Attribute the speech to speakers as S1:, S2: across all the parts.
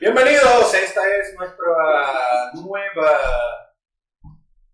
S1: Bienvenidos, esta es nuestra nueva.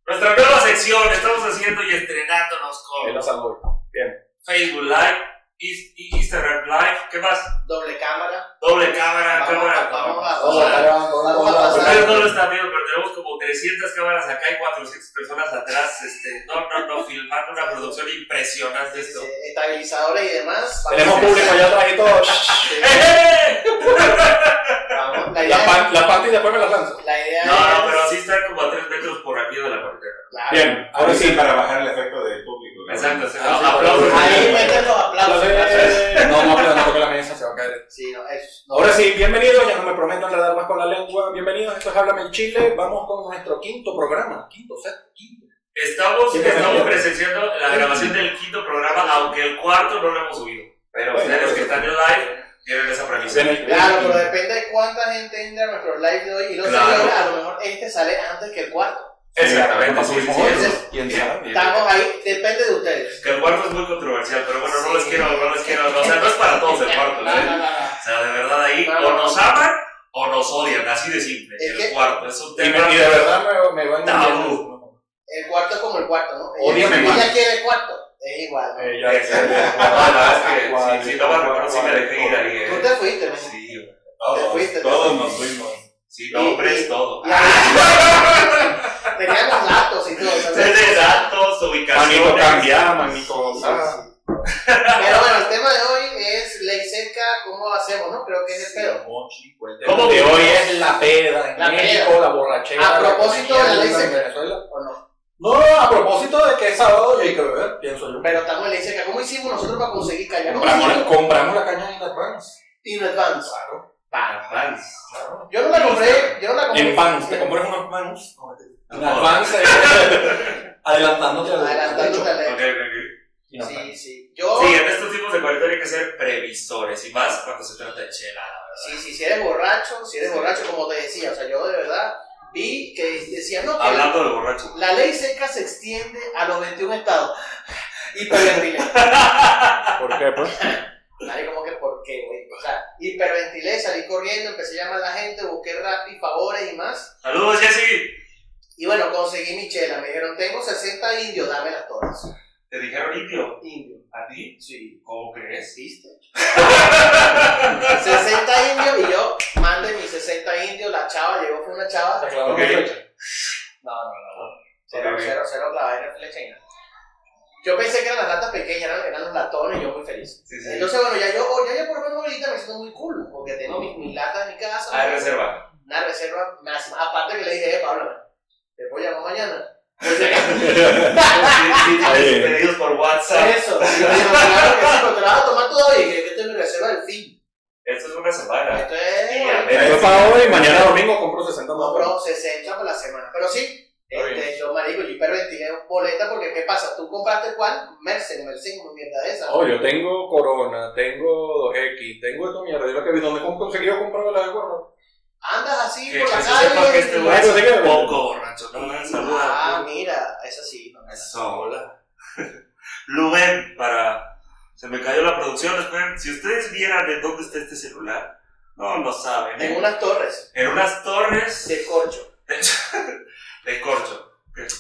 S2: Nuestra nueva sección, estamos haciendo y estrenándonos
S1: Eh,
S2: con
S1: no salgo Bien.
S2: Facebook Live, Is- I- Instagram Live, ¿qué más?
S3: doble cámara.
S2: Doble cámara,
S3: Vamos
S2: cámara.
S3: a- vamos a-
S2: O sea,
S3: vamos a
S2: Ustedes
S3: pasar.
S2: no lo están viendo, pero tenemos como 300 cámaras acá y 400 personas atrás, este, no, no, no, filmando una producción impresionante esto.
S3: eh, Estabilizadores y demás. Vamos
S1: Tenemos
S3: a-
S1: público allá atrás y todo. Shh.
S3: Sí,
S2: ¡Eh!
S3: vamos, La
S1: La,
S3: idea
S1: pan- la parte y después me la lanzo.
S3: la idea
S2: No, no,
S3: es-
S2: pero sí están como a 3 metros por aquí de la carretera.
S3: Claro.
S1: Bien, ahora
S4: Ahora
S1: sí.
S4: sí, para bajar el efecto del público. ¿no?
S2: Exacto, sí,
S1: Ah, sí,
S2: aplausos.
S3: Ahí meten los aplausos.
S1: Entonces, No, no, pero no porque la mesa se va a caer.
S3: Sí, no, es- no.
S1: Ahora sí, bienvenidos, ya no me prometo enredar más con la lengua. Bienvenidos, esto es Háblame en Chile. Vamos con nuestro quinto programa. Quinto, sexto, quinto.
S2: Estamos,
S1: Siempre
S2: estamos
S1: cambió.
S2: presenciando la grabación del quinto programa, aunque el cuarto no lo hemos subido. Pero
S1: Bueno,
S2: ustedes
S1: pues,
S2: que están en live tienen esa premisa.
S3: Claro, pero depende de cuánta gente entra a nuestros live de hoy. Y los
S2: Claro.
S3: seguidores, a lo mejor este sale antes que el cuarto.
S2: Exactamente,
S1: Sí,
S2: sí, sí,
S1: sí,
S2: eso.
S1: sí. ¿Quién sabe?
S3: Estamos ahí, depende de ustedes.
S2: Que el cuarto es muy controversial, pero bueno, no les
S3: Sí.
S2: quiero, no les quiero, o sea, no es para todos el cuarto,
S3: No, no,
S2: ¿eh?
S3: no, no.
S2: O sea, de verdad ahí
S3: No,
S2: o
S3: no,
S2: nos aman o nos odian, así de simple.
S3: Es
S2: El
S3: que-
S2: cuarto es un
S1: Y,
S2: tema.
S1: me- y de verdad me, me van a
S2: Tabú.
S3: El cuarto es como el cuarto, ¿no?
S1: Odíame
S3: Ella,
S1: más.
S3: ella quiere el cuarto. Es igual. ¿no?
S1: Eh, ya,
S2: Exacto.
S1: ya.
S2: No, la verdad es que si no me recuerdo, sí me dejé ir ahí,
S3: Tú
S2: ¿eh?
S3: te fuiste, ¿no?
S2: Sí, güey.
S3: Te fuiste,
S4: Todos,
S3: te
S4: todos
S3: fuiste.
S4: nos fuimos.
S2: sí, no, hombre, es todo.
S3: Y ahí- Teníamos datos y todo. o sea,
S2: Desde datos,
S1: Manico
S2: ubicaciones.
S1: cambia, manico.
S3: Ah. Pero bueno, el tema de hoy es ley seca, ¿cómo lo hacemos, no? Creo que es el pedo.
S1: ¿Cómo que hoy es la peda en
S3: La
S1: México, la borrachera?
S3: A propósito de la ley
S1: en
S3: seca.
S1: Venezuela?
S3: ¿O no?
S1: No, a propósito de que es sábado y hay que beber, pienso yo.
S3: Pero estamos en ley seca. ¿Cómo hicimos nosotros para conseguir callar?
S1: Compramos la, compramos la caña en Advance.
S3: En advance.
S1: Claro, claro.
S3: Yo no la compré, yo no la compré.
S1: En Vans, te compras unos Vans. En Advance, eh, adelantándote al
S3: Adelantándote
S1: al hecho.
S3: a la
S2: Ok, ok, ok.
S1: Y no,
S3: Sí, sí. Yo,
S2: Sí, en estos tipos de cuarentena hay que ser previsores y más cuando se trata de chela, la verdad.
S3: sí, sí, si eres borracho, si eres borracho, como te decía, o sea, yo de verdad vi que decían, no, que
S2: Hablando de borracho.
S3: la ley seca se extiende a los 21 estados. Hiperventilé.
S1: ¿Por qué, pues?
S3: Nadie como que por qué, güey. O sea, hiperventilé, salí corriendo, empecé a llamar a la gente, busqué Rappi, favores y más.
S2: Saludos, Jessy.
S3: Y bueno, conseguí mi chela. Me dijeron, tengo 60 indios, dámelas todas.
S2: Te dijeron indio.
S3: Indios.
S2: ¿A ti?
S3: Sí.
S2: ¿Cómo crees?
S3: ¿Viste? 60 indios y yo mande mis 60 indios. La chava llegó, fue una chava.
S1: claro.
S2: Ah, Ok.
S3: No, no, no. no. Cero, cero, cero, la vaina flecha y nada. Yo pensé que eran las latas pequeñas, eran, eran los latones y yo muy feliz.
S2: Sí, sí.
S3: Entonces, bueno, ya yo, oh, ya, ya por lo menos ahorita me siento muy cool, porque tengo mis, mis latas en mi casa.
S2: Ah, es reserva.
S3: una reserva máxima. Aparte que le dije, eh, Pablo, te voy a llamar mañana. Pues,
S2: Sí, sí, tienes
S1: bien.
S2: pedidos por WhatsApp.
S3: Eso, y yo digo, claro que sí, pero te la vas a tomar todavía. Y yo, que te me reserva el fin.
S2: Esto es una semana.
S3: Esto
S2: Sí, a
S3: es.
S2: ver.
S1: Yo para hoy, mañana domingo compro 60 más.
S3: Compro 60 por la semana. Pero sí,
S1: Está
S3: este, yo, marico, yo hiperventilé boleta porque, ¿qué pasa? Tú compraste cuál? Mercen, Mercen, una mierda de esa.
S1: No, yo tengo Corona, tengo 2X, tengo esta mierda. Yo la que vi, ¿dónde com- conseguí yo comprar la de Corona?
S3: Andas así
S2: Que
S3: por la
S2: que se sepa que este
S1: güey-
S3: calle.
S2: lugar es
S1: Ay, no sé qué.
S2: un poco borracho. No, no,
S3: Ah,
S2: saluda.
S3: mira, esa sí. no, esa.
S2: Eso, hola. Lumen, para... Se me cayó la producción. esperen. Si ustedes vieran de dónde está este celular, no lo saben.
S3: En
S2: ¿eh?
S3: unas torres
S2: En unas torres
S3: de corcho.
S2: de, de corcho.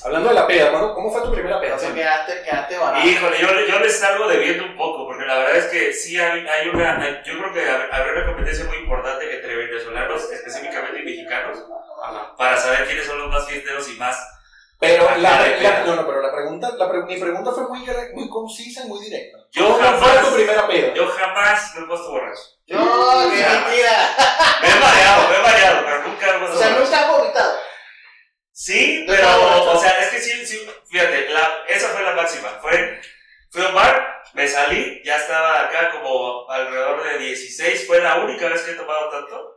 S1: Hablando de la peda, hermano, ¿cómo fue tu primera peda?
S3: Entonces quedaste, quedaste barato.
S2: Híjole, yo, yo les salgo debiendo un poco, porque la verdad es que sí hay, hay una, hay- yo creo que hab- habrá una competencia muy importante entre venezolanos, específicamente y mexicanos, para saber quiénes son los más fiesteros y más.
S1: Pero
S2: Ah,
S1: la,
S2: de
S1: la-
S2: peda.
S1: no, no, pero la pregunta, la pre- mi pregunta fue muy, gra- muy concisa y muy directa.
S2: Yo
S1: ¿Cómo fue tu
S2: jamás,
S1: primera peda?
S2: yo jamás me he puesto borracho.
S3: No, qué
S2: Ya.
S3: mentira.
S2: Me he mareado, me he mareado, pero nunca me he
S3: O
S2: puesto
S3: sea,
S2: borracho.
S3: nunca has vomitado.
S2: Sí,
S3: No
S2: pero,
S3: estaba borracho.
S2: o sea, es que sí, sí, fíjate, la- esa fue la máxima. Fue, fui a un bar, me salí, ya estaba acá como alrededor de 16, fue la única vez que he tomado tanto.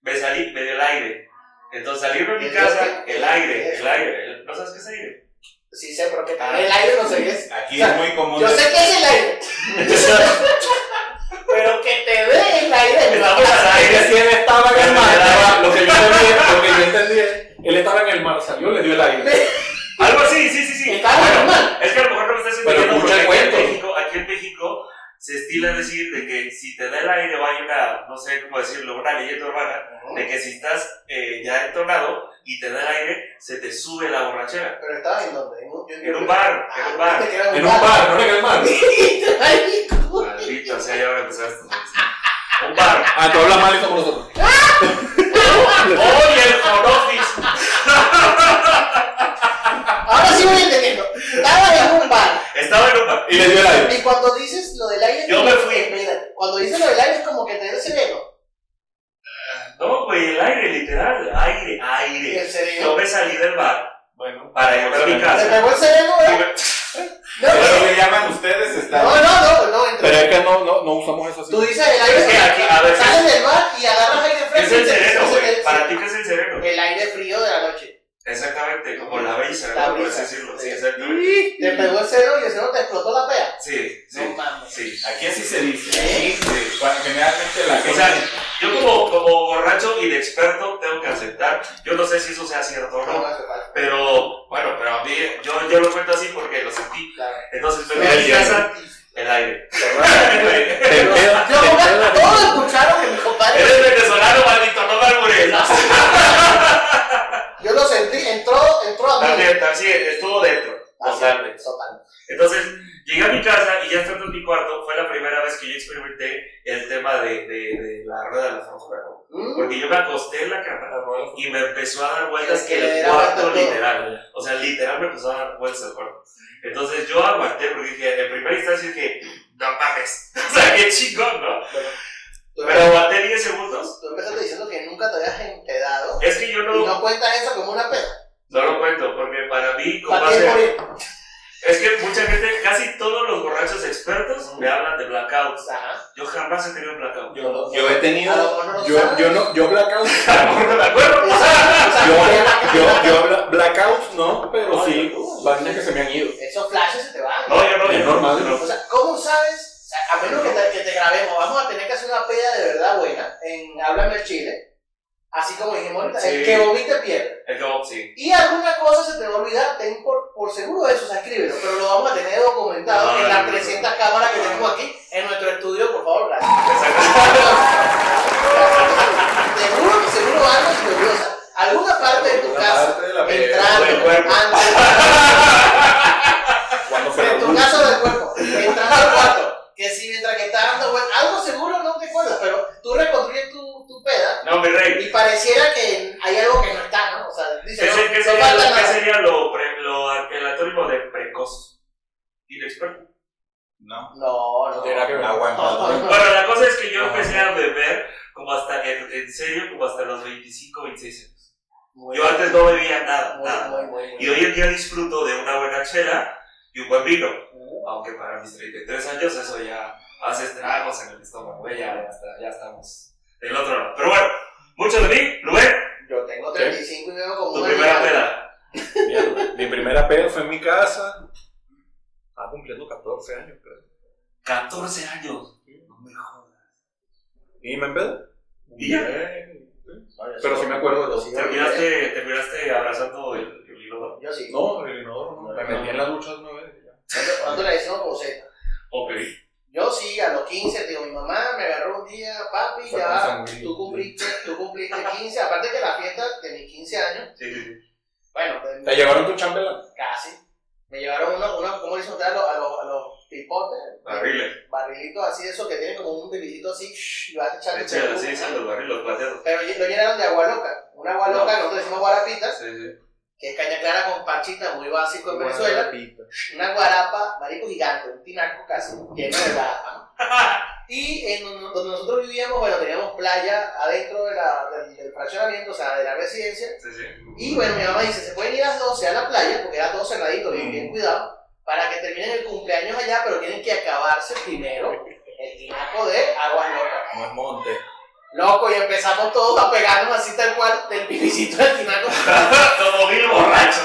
S2: Me salí, me dio el aire. Entonces salieron de mi
S3: ¿El
S2: casa,
S3: qué?
S2: el aire, el aire. el- ¿No sabes qué es aire?
S3: Sí sé, pero que
S2: Ah.
S3: el aire no sé qué es.
S4: Aquí
S3: O sea,
S4: es muy común.
S3: Yo
S4: de-
S3: sé que es el aire. Pero que te dé el aire. ¿no?
S2: Estamos al aire.
S1: él estaba
S2: en el mar, estaba-
S1: lo que yo entendí, lo que yo entendí es, él estaba en el mar, salió, le dio el aire.
S2: Algo así, sí, sí, sí.
S3: Estaba normal.
S2: es que a lo mejor no me estás
S1: Pero
S2: entendiendo
S1: escucha
S2: porque
S1: el
S2: aquí en,
S1: cuento.
S2: México, aquí en México se estila decir de que si te da el aire o hay una, no sé cómo decirlo, una una leyenda urbana de que si estás eh, ya entonado y te da aire, se te sube la borrachera.
S3: Pero estabas en donde? En un, yo-
S2: En
S3: yo-
S2: un bar,
S3: Ah,
S2: en un
S3: yo
S2: bar.
S3: pensé que era
S5: En un bar, no era en el mar.
S3: Ay, coño.
S2: Maldito sea, ya me empezaste. Un bar.
S5: Ah, tú hablas mal esto por nosotros.
S2: ¡Oye, el home office!
S3: Ahora sí voy entendiendo. Estaba en un bar.
S2: Estaba en un bar.
S5: Y le dio el aire.
S3: Y cuando dices lo del aire. eh,
S2: Yo me fui.
S3: Mira, Cuando dices lo del aire es como que te dio el cerebro.
S2: No, güey, el aire, literal. Aire,
S3: Y
S2: aire.
S3: el cerebro.
S2: Yo me salí del bar
S6: Bueno.
S2: para irme a mi
S3: ¿Te
S2: casa.
S3: pegó el cerebro,
S2: Y
S3: eh?
S2: me-
S3: No,
S6: Pero le llaman ustedes, está.
S3: no, no, no, no. entre-
S5: Pero es que no, no, no usamos eso así.
S3: Tú dices el aire.
S2: Es que aquí, a veces-
S3: Sales del bar y agarras aire
S2: Es
S3: fresco. y
S2: el
S3: te-
S2: sereno,
S3: se-
S2: güey.
S3: se-
S2: Para ti, ¿qué es el sereno?
S3: El aire frío de la noche.
S2: Exactamente, como la brisa, ¿no?
S3: La
S2: Por
S3: brisa.
S2: así decirlo. Sí, exactamente.
S3: Te pegó el cero y el cero te explotó la pea.
S2: Sí, sí.
S3: No mames.
S2: Sí.
S6: Aquí así se dice.
S3: ¿Eh?
S6: Sí, cuando- Generalmente la
S2: O
S6: gente.
S2: sea, yo como, como borracho inexperto tengo que aceptar. Yo no sé si eso sea cierto o
S3: No,
S2: no.
S3: no hace falta.
S2: Pero bueno, pero a mí, yo, yo lo cuento así porque lo sentí.
S3: Claro.
S2: Entonces me
S5: El
S2: fui a mi
S5: aire.
S2: casa, el aire.
S5: Te empedas,
S3: Yo,
S5: te
S3: compa-
S5: empedas.
S3: todos escucharon que mi compadre.
S2: Eres venezolano, maldito, no mármores.
S3: Yo lo sentí, entró, entró a mí.
S2: También, también, estuvo dentro.
S3: Ah,
S2: Totalmente.
S3: Total.
S2: Entonces, llegué a mi casa y ya estando en mi cuarto, fue la primera vez que yo experimenté el tema de, de- de la rueda de la fortuna. ¿no?
S3: Mm.
S2: Porque yo me acosté en la cama y me empezó a dar vueltas
S3: Es que le
S2: el
S3: da
S2: cuarto
S3: vueltas todo.
S2: literal. O sea, literal me empezó a dar vueltas el cuarto. Entonces yo aguanté porque dije, en primera instancia dije, no mames. O sea, qué chingón, ¿no?
S3: Tú,
S2: Pero aguanté 10 segundos.
S3: tú empezaste diciendo que nunca te habías empedado.
S2: Es que yo
S3: Y
S2: no,
S3: no cuentas eso como una peda.
S2: no lo cuento porque para mí, con
S3: ¿Para ti
S2: base-
S3: es morir?
S2: es que mucha gente, casi todos los borrachos expertos me hablan de blackouts.
S3: Ajá.
S2: Yo jamás he tenido blackout.
S5: Yo, yo he tenido.
S3: A lo mejor no lo
S5: Yo,
S3: sabes.
S5: yo no, yo blackout.
S2: Tampoco me acuerdo.
S5: Yo, yo, yo bla- blackouts no, pero sí vainas que se me han ido.
S3: Esos flashes se te van.
S2: No, yo no, yo
S5: Es
S2: no.
S5: normal.
S2: No.
S3: O sea, ¿cómo sabes? O sea, a menos que te, que te grabemos, vamos a tener que hacer una peda de verdad buena en Háblame el Chile. Así como dijimos ahorita,
S2: Sí.
S3: el que vomite pierde.
S2: Es como, sí.
S3: Y alguna cosa se te va a olvidar, ten por, por seguro eso, o sea, escríbelo, pero lo vamos a tener documentado
S2: No,
S3: en
S2: no,
S3: las
S2: no.
S3: 300 cámaras que tenemos aquí, en nuestro estudio, por favor, gracias.
S2: Exacto.
S3: Seguro que seguro algo se te olvidó, o sea, alguna parte de tu
S5: Una
S3: casa,
S5: parte de la pelea.
S3: entrando,
S2: del cuerpo.
S3: antes,
S5: Cuando se
S3: en tu
S5: reúne.
S3: caso del cuerpo, entrando al cuarto, que si mientras que estás dando vueltas, algo seguro no te acuerdas, pero tú reconstruyes tu, tu peda
S2: No, mi rey.
S3: y pareciera que hay algo que no está, ¿no? O sea,
S2: ¿Qué,
S3: dice,
S2: se-
S3: no,
S2: qué
S3: no
S2: sería,
S3: falta
S2: lo, qué
S3: nada.
S2: sería lo, pre- lo- el antónimo de precoz? Inexperto.
S6: No.
S3: No, no.
S5: No tiene nada que ver.
S3: No, no, no.
S2: Bueno, la cosa es que yo empecé
S3: Ah.
S2: a beber como hasta, en, en serio, como hasta los 25, 26 años.
S3: Muy
S2: Yo antes no bebía nada, nada.
S3: Muy, muy, muy, muy.
S2: Y hoy en día disfruto de una buena chela y un buen vino.
S3: Uh.
S2: Aunque para mis 33 años eso ya hace estragos en el estómago, güey, ya, ya, está- ya estamos del otro lado. Pero bueno, mucho de mí, Rubén,
S3: Yo tengo
S5: ¿Qué?
S3: 35 y veo como
S2: tu
S3: un
S2: primera
S3: animal.
S2: peda.
S5: Mierda, Mi primera peda fue en mi casa. Estaba cumpliendo 14 años, creo.
S2: 14 años. No me jodas.
S5: ¿Y me empedé?
S2: ¿Y ya?
S5: Bien. Pero sí me acuerdo de los
S2: Terminaste, terminaste abrazando el, el inodoro.
S3: Yo sí.
S5: No, el inodoro no. Me metí en la ducha una vez. y ya.
S3: ¿Cuánto le decimos como Z?
S2: Ok.
S3: Yo sí, a los 15, digo, mi mamá me agarró un día, papi,
S5: Fue con
S3: ya,
S5: sangre.
S3: tú cumpliste, tú cumpliste 15, aparte que la fiesta de mis 15 años,
S2: Sí, sí, sí.
S3: bueno, de-
S5: ¿Te llevaron tu chambelán?
S3: casi, me llevaron unos, unos ¿cómo le dicen ustedes? A los, a los, a los pipotes,
S2: Barriles.
S3: barrilitos así, esos que tienen como un bebidito así, shh, y vas echando
S2: De chela,
S3: perfume.
S2: sí, sí, los barriles, los plateados.
S3: Pero ll- lo llenaron de agua loca, una agua
S2: No.
S3: loca, que nosotros decimos guarapitas,
S2: Sí, sí.
S3: que es caña clara con parchita, muy básico en Venezuela, una guarapa, marico gigante, un tinaco casi, lleno de guarapa, ¿no? Y en donde donde nosotros vivíamos, bueno, teníamos playa adentro de la- del, del fraccionamiento, o sea, de la residencia.
S2: Sí, sí.
S3: Y bueno, mi mamá dice, se pueden ir a las 12 a la playa, porque era todo cerradito, bien, bien cuidado, para que terminen el cumpleaños allá, pero tienen que acabarse primero el tinaco de aguas locas.
S5: No es monte.
S3: Loco, y empezamos todos a pegarnos así tal cual del pipicito del tinaco,
S2: Como vil borracho.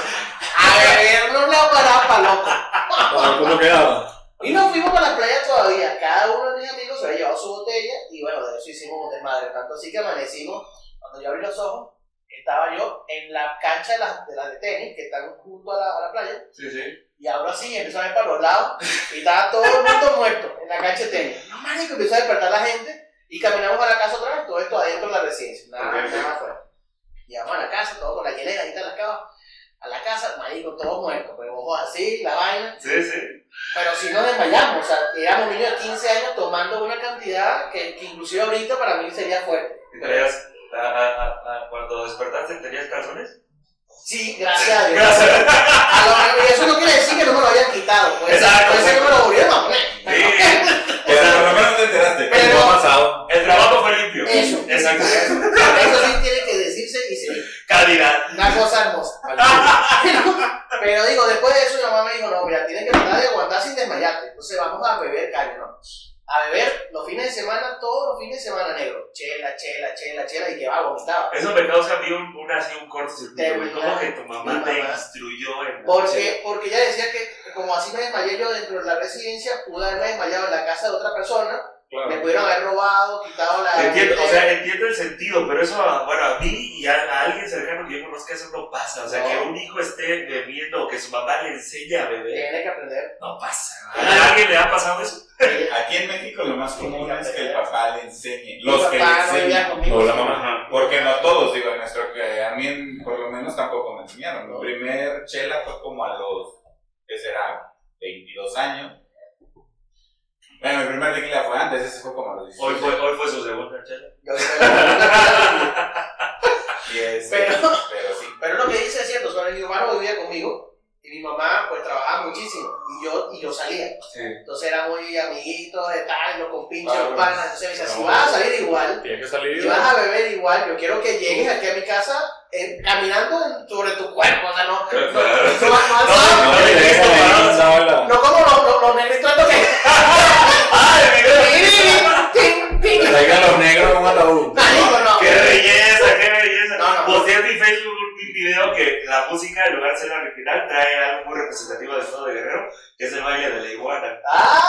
S3: a bebernos la guarapa, loco.
S5: ¿Cómo quedaba?
S3: Y nos fuimos para la playa todavía. Cada uno de mis amigos se había llevado su botella y bueno, de eso hicimos un desmadre. Tanto así que amanecimos, cuando yo abrí los ojos, estaba yo en la cancha de las de, las de tenis que están junto a la, a la playa.
S2: Sí, sí.
S3: Y ahora sí, empezó a ver para los lados y estaba todo el mundo muerto en la cancha de tenis. No, marico, empezó a despertar la gente Y caminamos a la casa otra vez, todo esto adentro de la residencia, nada,
S6: Ok.
S3: nada afuera. Llegamos a la casa, todos con la hielera, ahí está la cava, a la casa, marico, todos muertos, pues ojos así, la vaina.
S2: Sí, sí.
S3: Pero si nos desmayamos, o sea, éramos niños de 15 años tomando una cantidad que, que inclusive ahorita para mí sería fuerte.
S2: ¿Y traías, a- a- a- a- cuando despertaste, tenías calzones?
S3: Sí, gracias a Dios.
S2: Gracias.
S3: A lo- y eso no quiere decir que no me lo hayan quitado, pues.
S2: Exacto,
S3: Puede ser que me lo volvieron a poner.
S2: Sí.
S6: Pero por lo menos te enteraste.
S3: Pero-
S6: ¿Cómo ha pasado?
S2: El trabajo fue limpio.
S3: Eso.
S2: Exacto.
S3: Eso sí tiene que decirse y sí.
S2: Calidad.
S3: Una cosa hermosa. Pero digo, después de eso, mi mamá me dijo, no, mira, tienes que tratar de aguantar sin desmayarte. Entonces vamos a beber caña, ¿no? A beber los fines de semana, todos los fines de semana negro. Chela, chela, chela, chela, y que va, vomitaba.
S2: Eso me causa a mí un, un, así, un cortocircuito, güey. ¿Cómo que tu mamá
S3: Mi
S2: te
S3: mamá.
S2: instruyó en la noche?
S3: Porque, porque ella decía que como así me desmayé yo dentro de la residencia, pude haberme desmayado en la casa de otra persona, me
S5: Claro.
S3: pudieron haber robado, quitado la...
S2: Entiendo, o sea, entiendo el sentido, pero eso, bueno, a mí y a, a alguien cercano que yo conozca, eso no pasa. O sea,
S3: No.
S2: que un hijo esté bebiendo o que su mamá le enseñe a beber,
S3: Tiene que aprender.
S2: no pasa.
S3: Ah.
S2: ¿A alguien le ha pasado eso?
S6: Aquí en México lo más común es que el papá le enseñe. Los
S3: Mi
S6: que le
S3: papá no vivía
S6: enseñan.
S3: conmigo.
S6: O la mamá. Porque no todos, digo, en nuestro que a mí en- por lo menos tampoco me enseñaron. Mi primer chela fue como a los, ¿qué será? 22 años. Bueno, mi primer tequila fue antes, ese fue como a los
S2: Hoy
S6: 18.
S2: fue, hoy fue su segunda chela.
S3: Yo soy-
S6: Y este,
S3: Pero-
S6: pero sí.
S3: Pero lo que dice es cierto, o sea, mi mamá no vivía conmigo y mi mamá pues trabajaba muchísimo y yo, y yo salía. Entonces era muy amiguito de tal, los compinches, los
S6: Claro.
S3: panas. Entonces me decía, si
S5: No.
S3: vas a salir igual
S5: Tienes que
S3: y
S5: salir.
S3: vas a beber igual, yo quiero que llegues aquí a mi casa eh, caminando en- sobre tu cuerpo, o sea, no... No, no,
S2: No,
S3: no,
S6: No,
S2: no,
S6: le
S2: no,
S6: dejo
S2: no,
S6: la
S2: no,
S6: lanzada.
S3: no, no como los, los, los negritos estos que...
S2: ¡Ay, mi bebé!
S3: ¡Ting, ting, ting!
S6: Traigan los negros un ataúd.
S3: Marico, no.
S2: ¡Qué belleza, qué belleza!
S3: No, no.
S2: Posteé en mi Facebook un video que la música, en lugar de ser la original, trae algo muy representativo del estado de Guerrero, que es el baile de la iguana.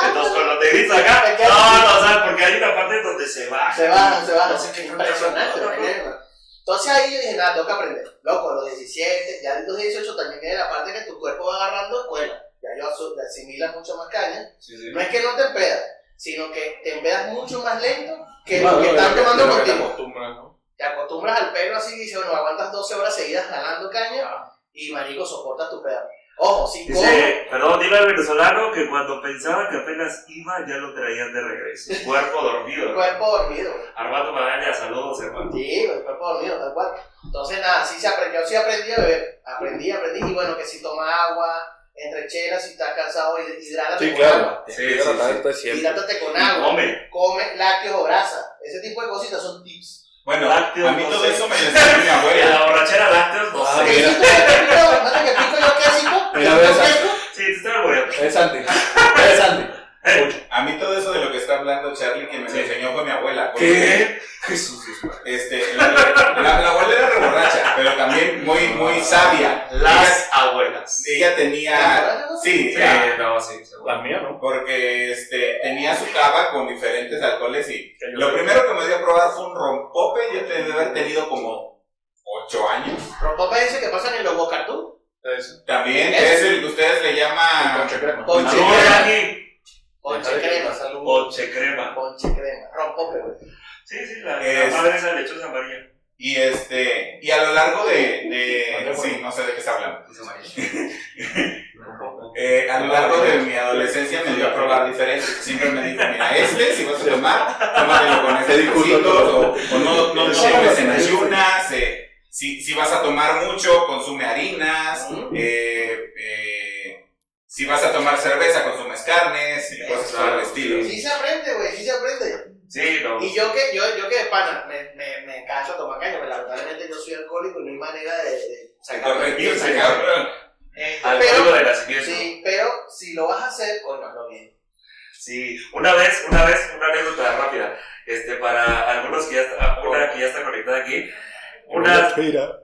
S2: Entonces,
S3: Ah,
S2: cuando te gritas acá, no, no, o sea, porque hay una parte donde se baja.
S3: Se bajan, se bajan.
S2: No sé qué
S3: Impresionante,
S2: tanto.
S3: imagínate. Entonces ahí yo dije, nada, tengo que aprender. Loco, los 17, ya los 18 también viene la parte que tu cuerpo va agarrando escuela. Ya yo asu- ya asimilas mucho más caña. No es que no te empedas, sino que te empedas mucho más lento que lo que están tomando contigo. Te acostumbras al pelo así y dices, bueno, aguantas 12 horas seguidas jalando caña y marico, soportas tu pedo. Ojo, sin cojo.
S2: Dice, perdón, dile al venezolano que cuando pensaba que apenas iba, ya lo traían de regreso. Cuerpo dormido.
S3: Cuerpo dormido.
S2: Armando Magaña, saludos, hermano.
S3: Sí, el cuerpo dormido, tal cual. Entonces, nada, sí se aprendió, sí aprendí a beber. Aprendí, aprendí. Y bueno, que si toma agua, entre chelas, si estás cansado, hid- hidrátate
S1: Sí,
S3: con agua.
S1: claro.
S2: Sí,
S1: Sí,
S2: sí, sí.
S1: tratarte siempre.
S3: Hidrátate con agua.
S2: Hombre,
S3: Come lácteos o grasa. Ese tipo de cositas son tips.
S6: Bueno,
S2: Lácteos,
S6: a mí
S2: no
S6: todo
S2: sé.
S6: eso me lo enseñó mi
S2: en
S6: abuela.
S2: la borrachera lácteos, no
S1: Ah,
S2: sé.
S1: mira.
S3: ¿Quesito? ¿Mata que pico yo quesito?
S1: Mira,
S3: ¿Yo
S1: ves,
S3: fresco?
S2: Sí, te estoy alboreando.
S1: Es Santi. Es Santi.
S6: A mí todo eso de lo que está hablando Charlie que me lo
S2: Sí.
S6: enseñó fue mi abuela. porque
S2: ¿Qué? Jesús.
S6: Este, la, la- la abuela era reborracha, pero también muy, muy sabia.
S2: Las abuelas.
S6: Ella, ella
S1: ah.
S6: tenía. Sí,
S1: Eh,
S6: era-
S2: no, sí, seguro.
S5: La mía, ¿no?
S6: porque este, tenía su cava con diferentes alcoholes y lo primero que me dio a probar fue un rompope. Yo te- debe haber tenido como 8 años.
S1: Ah.
S3: Rompope pues, dice que pasan en los bocartú.
S1: Eh,
S5: Eso.
S6: También, que es el que ustedes le
S3: Ah,
S6: llaman.
S5: Con crema.
S1: Ah,
S3: Ponche
S2: Saludos,
S1: eh.
S3: crema.
S2: Dani.
S3: Ponche crema.
S2: Ponche crema.
S3: Ponche crema. Rompope, güey.
S2: Sí, sí, la, la
S6: Es-
S2: madre esa lechosa amarilla.
S6: Y este, y a lo largo de, de
S5: Vale, bueno.
S6: sí, no sé de qué está hablando. Eh, a lo largo de mi adolescencia me dio a probar diferentes. Siempre me dijo, mira, este, si vas a tomar, tómatelo con este poquito, o, o no, no lo tomes en ayunas, eh, si, si vas a tomar mucho, consume harinas, eh, eh, si vas a tomar cerveza, consumes carnes, y cosas por el estilo.
S3: Sí se aprende, güey, sí se aprende.
S2: Sí, no.
S3: Y yo que, yo, yo que de pana, me, me, me encanta tomar caña, pero lamentablemente yo soy alcohólico y no hay manera de, de sacarme.
S6: Corregirse, cabrón.
S3: Eh,
S2: Al
S3: pero,
S2: pueblo de nacimiento.
S3: sí, pero si lo vas a hacer, coño, hazlo bien.
S2: Sí, una vez, una vez, una anécdota rápida, este, para algunos que ya está, una que ya está conectada aquí, unas,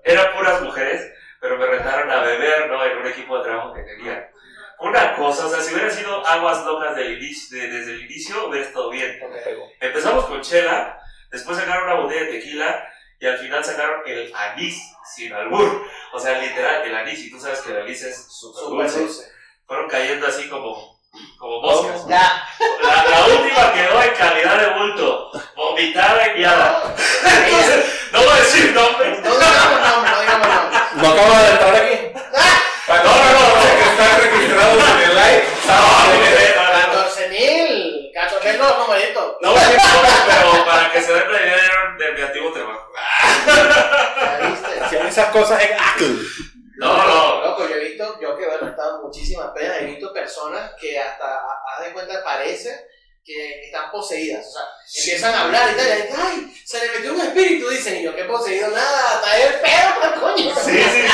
S2: eran puras mujeres, pero me retaron a beber, ¿no? En un equipo de trabajo que tenía. Una cosa, o sea, si hubiera sido aguas locas del inicio- de- desde el inicio, hubiera estado bien. Empezamos con chela, después sacaron una botella de tequila, y al final sacaron el anís, sin albur. O sea, literal, el anís, y tú sabes que el anís es súper
S3: Súper
S2: dulce
S3: dulce.
S2: fueron cayendo así como como moscas.
S3: Ya.
S2: La, la última quedó en calidad de bulto, vomitada y guiada. No voy a decir nombres.
S3: No digamos nombres, no digamos nombres.
S1: ¿No acaba de entrar aquí?
S6: Para todos los que están registrados en el live, saben.
S2: No,
S3: 14.000. 14.000 los numeritos.
S2: no voy a decir nombres, pero para que se den la idea eran de mi antiguo trabajo.
S3: ¿Ya viste?
S5: Hacían esas cosas en Apple.
S2: No, no.
S3: Loco, yo he visto, yo que bueno, he estado en muchísimas penas, he visto personas que hasta, a- haz de cuenta, parece que están poseídas. O sea, empiezan a hablar y tal, y la gente, ay, se le metió un espíritu, dicen, y yo que poseído nada, está el perro, coño.
S2: Sí, sí, sí.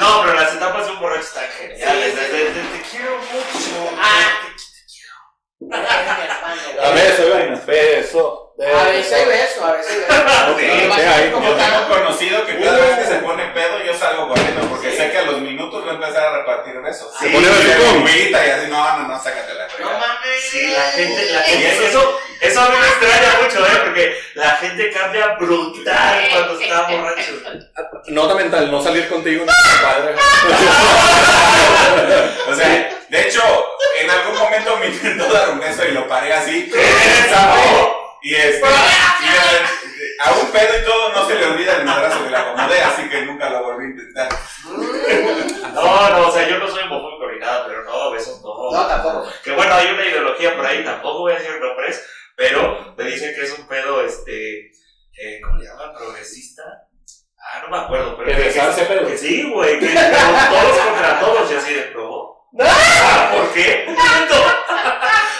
S2: No, pero las etapas de un borracho están geniales.
S3: Sí,
S2: Te,
S3: sí.
S2: te- te- te quiero mucho.
S3: Ah.
S1: A eh. ver, soy un beso. de-
S3: A veces hay besos, a veces hay besos.
S1: Ok,
S2: Sí,
S1: ¿qué
S3: pasa
S1: hay?
S3: como
S6: Yo
S3: tal.
S6: tengo conocido que cada vez que se pone pedo, yo salgo corriendo porque sé que a los minutos va a empezar a repartir besos.
S2: Se
S1: pone besucón.
S6: agüita y así, no, no, no, sácate la
S3: No
S6: fregada.
S3: mames.
S2: Sí, la gente, la
S6: Y
S2: gente,
S6: eso-
S2: eso, eso a mí me extraña mucho, ¿eh? Porque la gente cambia brutal cuando está borracho.
S1: Ah, Nota mental, no salir contigo ni padre.
S6: O sea, de hecho, en algún momento me intentó dar un beso y lo paré así. ¿Sabe?
S2: No,
S6: Y este, y a, a un pedo y todo no se le olvida el madrazo que la acomodé, así que nunca lo volví a intentar.
S3: Mm,
S2: no, no, o sea, yo no soy homofóbico ni nada, pero no, besos no.
S3: No, tampoco.
S2: Que bueno, hay una ideología por ahí, tampoco voy a decir nombres, pero me dicen que es un pedo, este, eh, ¿cómo le llaman? Progresista. Ah, no me acuerdo, pero.
S1: Que
S2: que-
S1: besarse, pero-
S2: que Sí, güey, que pero todos contra todos y así de no. Ah, ¿Por qué? No.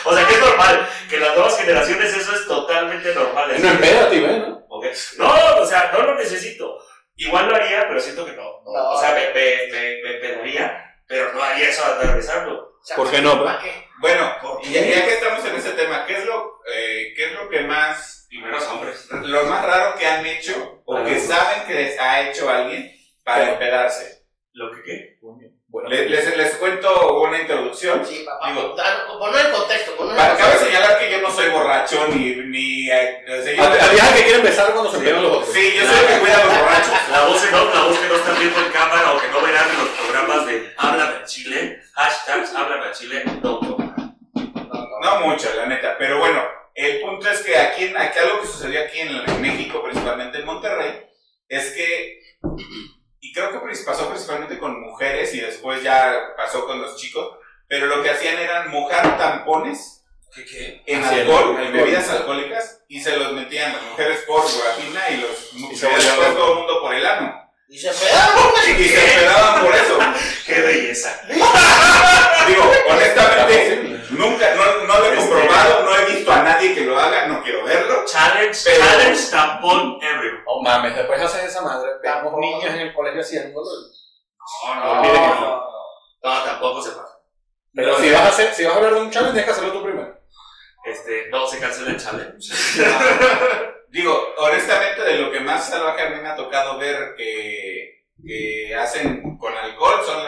S2: O sea, que es normal, que en las nuevas generaciones eso es totalmente normal. así
S1: No
S2: de-
S1: empédate, güey, ¿no?
S2: Ok. No, o sea, no lo necesito. Igual lo haría, pero siento que no. no.
S3: No.
S2: O sea, me, me, me, me pedaría, pero no haría eso al andar besando.
S1: ¿Por qué no, bro?
S3: ¿Para qué?
S6: Bueno, y ya, ya que estamos en ese tema, ¿qué es lo, eh, qué es lo que más,
S2: Y menos hombres.
S6: lo más raro que han hecho o que saben que les ha hecho alguien para empedarse?
S2: Lo que qué.
S1: Bueno,
S6: Le- Les, les cuento una introducción.
S3: Sí, papá.
S6: Digo-
S3: Dar- Ponlo en contexto, ponlo en
S6: Pa- Cabe
S3: contexto.
S6: señalar que yo no soy borracho ni... ni eh, o sea, yo-
S1: Había había que quieren besar cuando se empedan los otros.
S6: sí, yo soy el que cuida a los borrachos.
S2: La voz en off, la voz que no están viendo en cámara o que no verán en los programas de Háblame al Chile, hashtags Háblame al Chile, no, no.
S6: No mucho, la neta. Pero bueno, el punto es que aquí, en- aquí algo que sucedió aquí en, en México, principalmente en Monterrey, es que, y creo que pris- pasó principalmente con mujeres y después ya pasó con los chicos, pero lo que hacían eran mojar tampones
S2: ¿Qué qué?
S6: en
S1: Sí,
S6: alcohol,
S1: en
S6: en
S1: alcohol.
S6: bebidas alcohólicas, y se los metían las mujeres por guafina y los
S1: Y
S6: mujeres
S1: se volvió loco.
S6: todo el mundo por el ano.
S3: Y se ah, pedaron.
S6: Y se esperaban por eso.
S2: ¡Qué belleza!
S6: Digo,
S1: Era
S6: honestamente,
S1: posible.
S6: nunca, no, no lo he
S2: Este-
S6: comprobado, no he visto a nadie que lo haga, no quiero verlo.
S2: Challenge,
S6: Pero-
S2: challenge tampón everyone.
S1: No Oh, mames, después haces esa madre. Veamos
S3: Tampoco.
S1: niños en el colegio haciéndolo.
S2: No,
S1: no,
S2: no,
S1: mire que
S2: no. No, tampoco se pasa.
S1: Pero si vas a hacer, si vas a hablar de un challenge, tienes que hacerlo tú primero.
S2: Este, no, se cancela el challenge.
S6: Digo, honestamente, de lo que más salvaje a mí me ha tocado ver que, que hacen con alcohol, son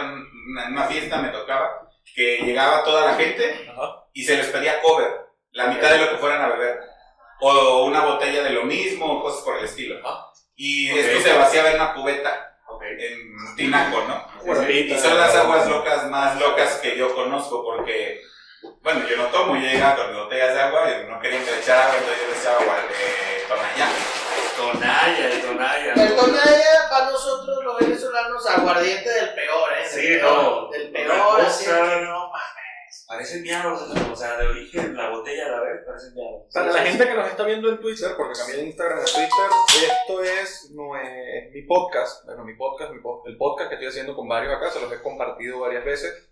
S6: la- en una fiesta me tocaba, que llegaba toda la gente y se les pedía cover, la mitad de lo que fueran a beber, o una botella de lo mismo, o cosas por el estilo. Y
S2: Ok.
S6: esto se vaciaba en una cubeta,
S2: Ok.
S6: en tinaco, ¿no?
S1: Sí.
S6: Y son las aguas locas más locas que yo conozco porque, bueno, yo no tomo, yo llegaba con botellas de agua y no quería que le echara agua, entonces yo le echaba agua de Tonayán.
S2: Tonaya, el Tonaya.
S3: Perdona ya, para nosotros los venezolanos, aguardiente del peor, ¿eh? Del
S2: Sí,
S3: peor,
S2: no.
S3: Del
S2: Una
S3: peor,
S2: cosa,
S3: así.
S2: no mames. Parecen miados, o sea, de origen, la botella, la vez, parecen miados.
S5: Para la gente que nos está viendo en Twitter, porque cambié de Instagram a Twitter, esto es, no es mi podcast, bueno, mi podcast, mi pod- el podcast que estoy haciendo con varios acá, se los he compartido varias veces.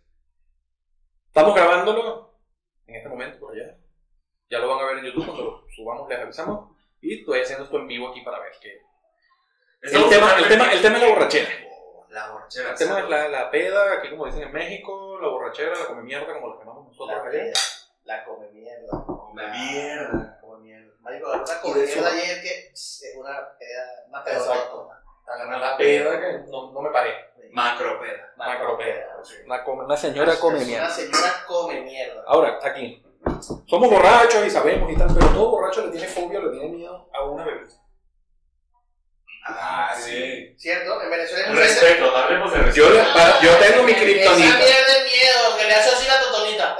S5: Estamos grabándolo en este momento por allá. Ya lo van a ver en YouTube cuando lo subamos, les avisamos. Y estoy haciendo esto en vivo aquí para ver qué. El
S2: Estamos
S5: tema, el,
S2: totalmente-
S5: tema, el tema es la borrachera.
S2: La borrachera.
S5: El tema es la, la peda, aquí como dicen en México, la borrachera, la come mierda, como la llamamos nosotros
S3: La
S5: allá.
S3: mierda, La come mierda.
S2: La mierda.
S3: La come mierda. Marico, la verdad, come
S1: Y eso-
S3: mierda ayer que pss, es una peda, una peda
S1: Exacto.
S3: autóctona.
S1: Agarrar la peda que no, no me paré.
S2: Macropeda.
S1: Macropeda.
S3: Sí.
S5: Una, come- una señora come mierda.
S3: Una señora come mierda.
S5: Ahora, aquí. Somos borrachos y sabemos y tal, pero todo borracho le tiene fobia, le tiene miedo a una bebida.
S6: Ah, sí.
S3: ¿Cierto? En Venezuela es muy
S2: Respeto, hablemos de respeto.
S1: Yo, le- para- yo tengo mi
S3: Esa
S1: kriptonita.
S3: mierda es miedo, que le hace así la totonita.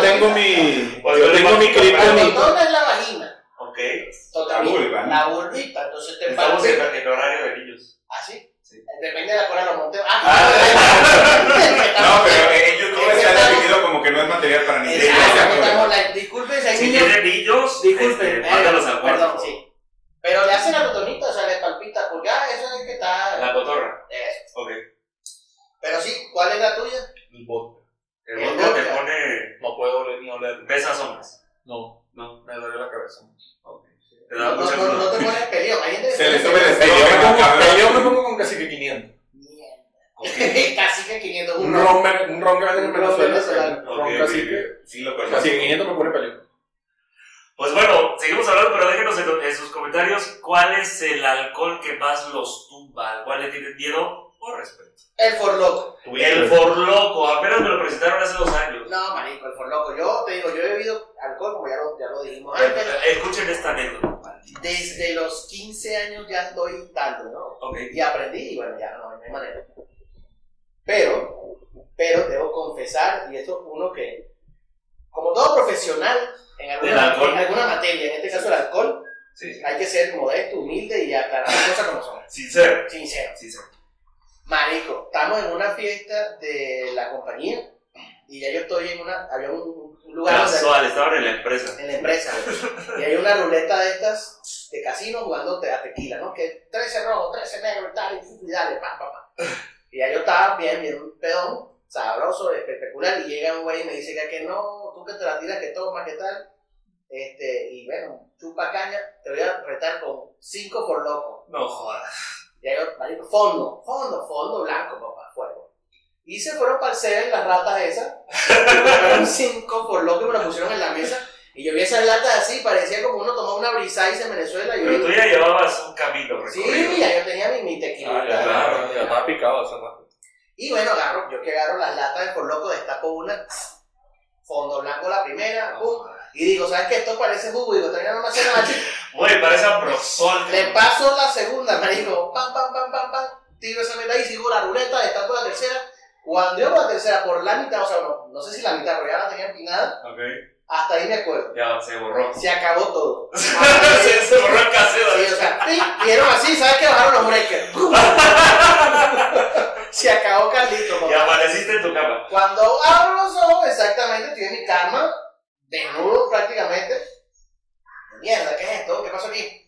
S1: tengo mi.
S2: Pues
S1: Yo
S2: yo le
S1: tengo
S2: marco
S1: mi
S2: el
S1: clip
S2: brazo.
S1: bonito.
S3: botón es la vagina.
S2: Ok.
S6: La
S3: Totalmente.
S6: vulva, ¿no?
S3: La vulvita, entonces te
S2: Estamos
S3: parte.
S2: en, en horario de niños.
S3: ¿Así?
S2: Sí.
S3: Depende de la cola de los montes.
S2: Ah.
S6: No, pero en
S3: Es
S6: YouTube
S3: que
S6: está
S3: estamos-
S6: definido como que no es material para niños.
S3: Exacto, que estamos like, disculpen si hay
S2: Si
S3: niños.
S2: tienen niños,
S3: Disculpen,
S2: este, mándalos al
S3: eh, Perdón,
S2: cuarto.
S3: sí. Pero le hacen la botonita, o sea, le palpita, porque ah, eso es que está.
S2: La cotorra.
S3: Eh,
S2: Ok.
S3: Pero sí, ¿cuál es la tuya?
S5: El bot.
S2: El
S3: El
S2: mundo te
S3: vodka.
S2: pone
S5: No puedo oler ni oler.
S2: besas sombras.
S5: No,
S2: No.
S5: me duele la cabeza.
S2: Te da
S3: No, no,
S2: mucha
S3: no, no
S2: culpa.
S3: te pones peleón, hay gente que
S6: Se le
S3: pone
S6: sube el
S1: Pero yo me
S6: estómago,
S1: pongo- pero yo me
S6: cabrón.
S1: pongo con casi que 500.
S3: Mierda.
S2: Ok.
S3: Casi que 500
S1: Un
S3: uno.
S1: ron, un ron que venden en
S3: Un ron
S1: Venezuela.
S3: venezolano.
S1: Un ron
S2: Ok,
S1: casi
S2: ok,
S1: que.
S6: Sí, lo
S1: Casi que
S6: conozco.
S1: 500 me pone peleón.
S2: Pues bueno, seguimos hablando, pero déjenos en, en sus comentarios cuál es el alcohol que más los tumba, al cual le tienen miedo o respeto.
S3: El forloco.
S2: El
S5: Ah,
S2: forloco, apenas me lo presentaron hace dos años.
S3: No, marico, el forloco. Yo te digo, yo he bebido alcohol, como ya lo, ya lo dijimos antes.
S2: Escuchen esta anécdota. maldita.
S3: Desde los 15 años ya estoy tanto, ¿no?
S2: Ok.
S3: Y aprendí, y bueno, ya no, no hay manera. Pero, pero debo confesar, y esto es uno que, como todo profesional, en
S2: Del
S3: alguna,
S2: alcohol.
S3: en alguna materia, en este caso el alcohol,
S2: Sí, sí.
S3: hay que ser modesto, humilde y aclarar las cosas como son.
S2: Sincero.
S3: Sincero.
S2: Sincero.
S3: Marico, estamos en una fiesta de la compañía y ya yo estoy en una, había un, un lugar donde-
S2: Casual, estaban en la empresa.
S3: en la empresa y hay una ruleta de estas de casino jugando te- a tequila, ¿no? Que 13 rojos, 13 negros y tal, y fu- y dale, pa, pa, pa. Y ya yo estaba bien, bien un pedón, sabroso, espectacular, y llega un güey y me dice que, que no, tú que te la tiras, que tomas, que tal, este, y bueno, chupa caña, te voy a retar con 5 por loco.
S2: No jodas.
S3: Y ahí, marico, fondo, fondo, fondo blanco, papá, fuego. Y se fueron para el Seven las ratas esas. Fueron cinco por lo que me lo pusieron en la mesa. Y yo vi esas latas así, parecía como uno tomó una brisáis en Venezuela. Y yo
S2: Pero tú ya llevabas un camino
S3: sí,
S2: recorrido. Ah,
S3: ya yo tenía mi, mi tequila.
S2: claro,
S5: ya estaba picado hace rato.
S3: Y bueno, agarro, yo que agarro las latas de por loco, destapo una, fondo blanco la
S2: Ah,
S3: primera, pum. Y digo, ¿sabes qué? Esto parece jugo. Y digo, todavía no me hace nada, chico.
S2: Güey, parece ambrosol.
S3: Le paso la segunda, marico. Pam, pam, pam, pam, pam. Tiro esa meta y sigo la ruleta, destaco la tercera. Cuando yo la tercera por la mitad, o sea, no, no sé si la mitad, pero ya la tenía empinada,
S2: Ok.
S3: hasta ahí me acuerdo.
S2: Ya se borró.
S3: Se acabó todo.
S2: se, se borró el casero.
S3: Ah, Sí, o sea, ¡ting! dieron así, ¿sabes qué? Bajaron los breakers. ¡Pum! Se acabó Carlito,
S2: Y
S3: papá.
S2: apareciste en tu cama.
S3: Cuando abro los ojos, exactamente, estoy en mi cama, desnudo prácticamente. Mierda, ¿qué es esto? ¿Qué pasó aquí?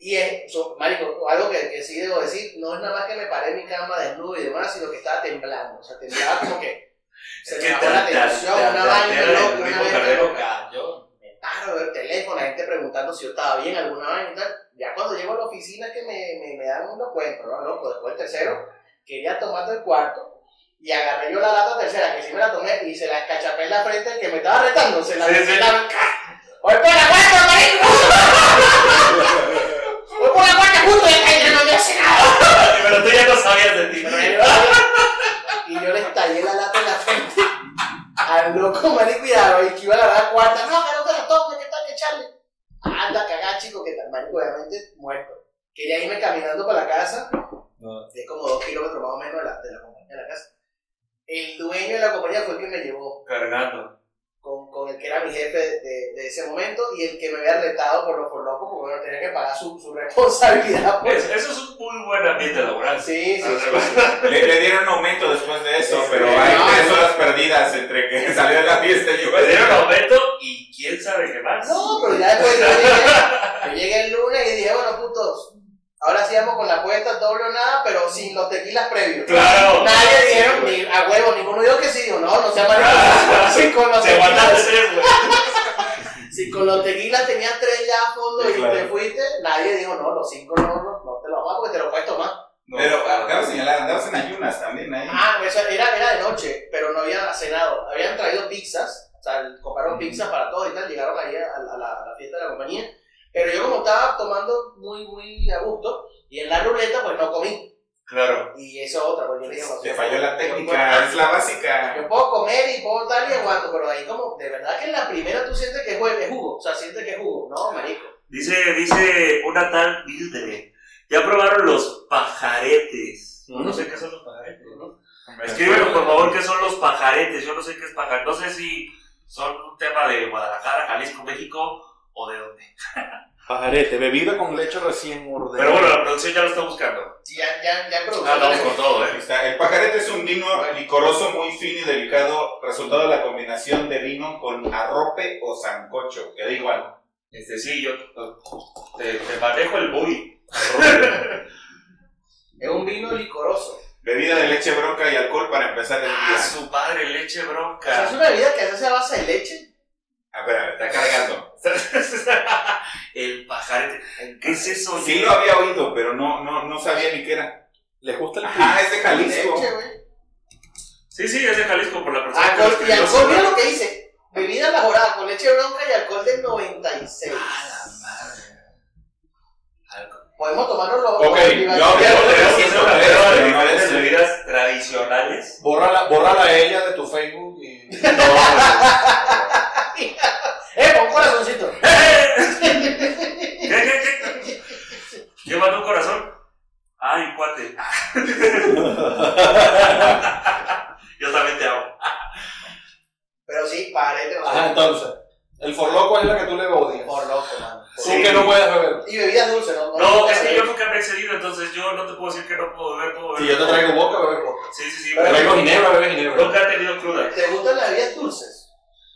S3: Y es, so- marico, algo que, que sí debo decir, no es nada más que me paré en mi cama desnudo y demás, sino que estaba temblando. O sea, temblaba como que se
S2: Es
S3: me
S2: que
S3: bajó la
S2: te- te-
S3: tensión,
S2: te-
S3: una
S2: te
S3: vaina
S2: altera el
S3: loca, una
S2: ritmo
S3: vaina
S2: cardíaco.
S3: loca. Yo me paro del teléfono, la gente preguntando si yo estaba bien, alguna vaina y tal. Ya cuando llego a la oficina que me, me, me dan unos cuentos, ¿no? Loco, después del tercero, quería tomando el cuarto y agarré yo la lata tercera, que sí me la tomé, y se la escachapé en la frente al que me estaba retando. Se la
S2: Sí, sí.
S3: se la- ¡Voy por la cuarta, marico! ¡Voy por la cuarta justo! ¡Ya ya no me hace nada!
S2: Pero tú ya no sabías de ti.
S3: Y yo le estallé la lata en la frente al loco, marico, y a y que iba a la cuarta. ¡No, que no te la tomes! ¿Qué tal, que echarle? Anda, cagá, chico, que tal, marico, obviamente muerto. Quería irme caminando para la casa de como dos kilómetros más o menos de la, de la compañía de la casa. El dueño de la compañía fue el que me llevó
S2: Cargando.
S3: con, con el que era mi jefe de, de- de ese momento y el que me había retado por los por loco, porque bueno, tenía que pagar su, su responsabilidad. Pues.
S2: Eso, eso es un muy buen ambiente laboral. pues,
S3: Sí, sí, sí.
S6: Le, le dieron aumento después de eso, pero
S2: Sí.
S6: hay
S3: No.
S6: tres horas perdidas entre que salió de la fiesta y llegó
S2: Me
S6: el
S2: pues, dieron aumento y quién sabe qué más.
S3: No, pero ya después yo llegué, yo llegué el lunes y dije, bueno, putos, ahora sí vamos con la apuesta doble o nada, pero sin los tequilas previos.
S2: Claro.
S3: Nadie dijeron, ni, a huevo, ninguno dijo que sí, digo, no, no sea marico, sí, con los
S2: Se
S3: tequilas.
S2: aguantaste tres, güey.
S3: Si con los tequilas tenías tres ya a fondo
S6: Sí,
S3: y
S6: claro.
S3: te fuiste, nadie dijo, no, los cinco no, no, no te los vas porque te los puedes tomar.
S6: Pero acabo de señalar, andabas en ayunas también ahí.
S3: Ah, eso era, era de noche, pero no había cenado. Habían traído pizzas, o sea, compraron pizzas para todos y tal, llegaron ahí a, a la, a la fiesta de la compañía. Pero yo como estaba tomando muy, muy a gusto, y en la ruleta pues no comí.
S2: Claro.
S3: Y eso otra, porque yo dije, "Pues, no,
S6: Te
S3: yo
S6: falló
S3: puedo-
S6: la
S3: yo
S6: técnica, es la
S3: puedo-
S6: básica.
S3: pues, Yo puedo comer y puedo tal y aguanto, pero ahí como, de verdad que en la primera tú sientes que es jue- es jugo, o sea, sientes que es jugo, no, marico.
S2: Dice, dice una tal Bildre. Ya probaron los pajaretes. Yo No sé qué son los pajaretes. ¿no? Escríbenos por favor qué son los pajaretes. Yo no sé qué es pajar. No sé si son un tema de Guadalajara, Jalisco, México o de dónde.
S5: Pajarete, bebida con leche recién ordenada.
S2: Pero bueno, la producción ya lo está buscando.
S3: Sí, ya, ya,
S6: Ah,
S3: ya produjo.
S2: Andamos con todo,
S6: Ahí
S2: ¿eh?
S6: está. El pajarete es un vino licoroso muy fino y delicado, resultado de la combinación de vino con arrope o sancocho. Queda igual.
S2: Este, sí, yo te, te manejo el booty.
S3: Es un vino licoroso.
S6: Bebida de leche bronca y alcohol para empezar el
S2: Ah,
S6: día.
S2: su padre, leche
S3: O sea, es
S2: bronca.
S3: una bebida que se hace a base de leche.
S6: A ver, a ver, está cargando.
S2: el pajarete. ¿Qué es eso?
S6: Sí lo había oído, pero no, no, no sabía ni qué era.
S5: ¿Les gusta el
S6: Ajá, es de Jalisco.
S3: Leche, güey.
S2: sí, sí, es de Jalisco por la persona. que
S3: Alcohol Ah, y
S2: escribió su
S3: alcohol, mira
S2: nombre.
S3: lo que dice. Bebida elaborada con leche bronca y alcohol del 96. Podemos tomarlo los
S6: Ok, yo
S2: Ya lo tenemos que hacer
S6: Siento
S2: una
S6: que
S2: prueba de
S6: es, no
S2: diferentes
S6: es.
S2: bebidas tradicionales.
S1: Bórrala, bórrala a ella de tu Facebook y.
S3: Eh, pon corazoncito.
S2: ¿Qué, qué, qué? ¿Qué mandó un corazón? Ay, cuate. Yo también te amo.
S3: Pero sí, pajarete, no sé.
S1: Ajá, entonces. El forloco es la que tú le odias.
S3: Por loco, mano. Por
S1: Tú
S2: Sí.
S1: que no puedes beber.
S3: loco. Y bebidas dulces, ¿no?
S2: No, es que yo nunca me he excedido, entonces yo no te puedo decir que no puedo beber, puedo
S1: Si yo
S2: beber.
S1: te traigo boca, bebes boca.
S2: Sí, sí, sí.
S1: Te traigo
S2: pero
S1: ginebra, bebes ginebra.
S2: Nunca he tenido cruda.
S3: ¿Te gustan las bebidas dulces?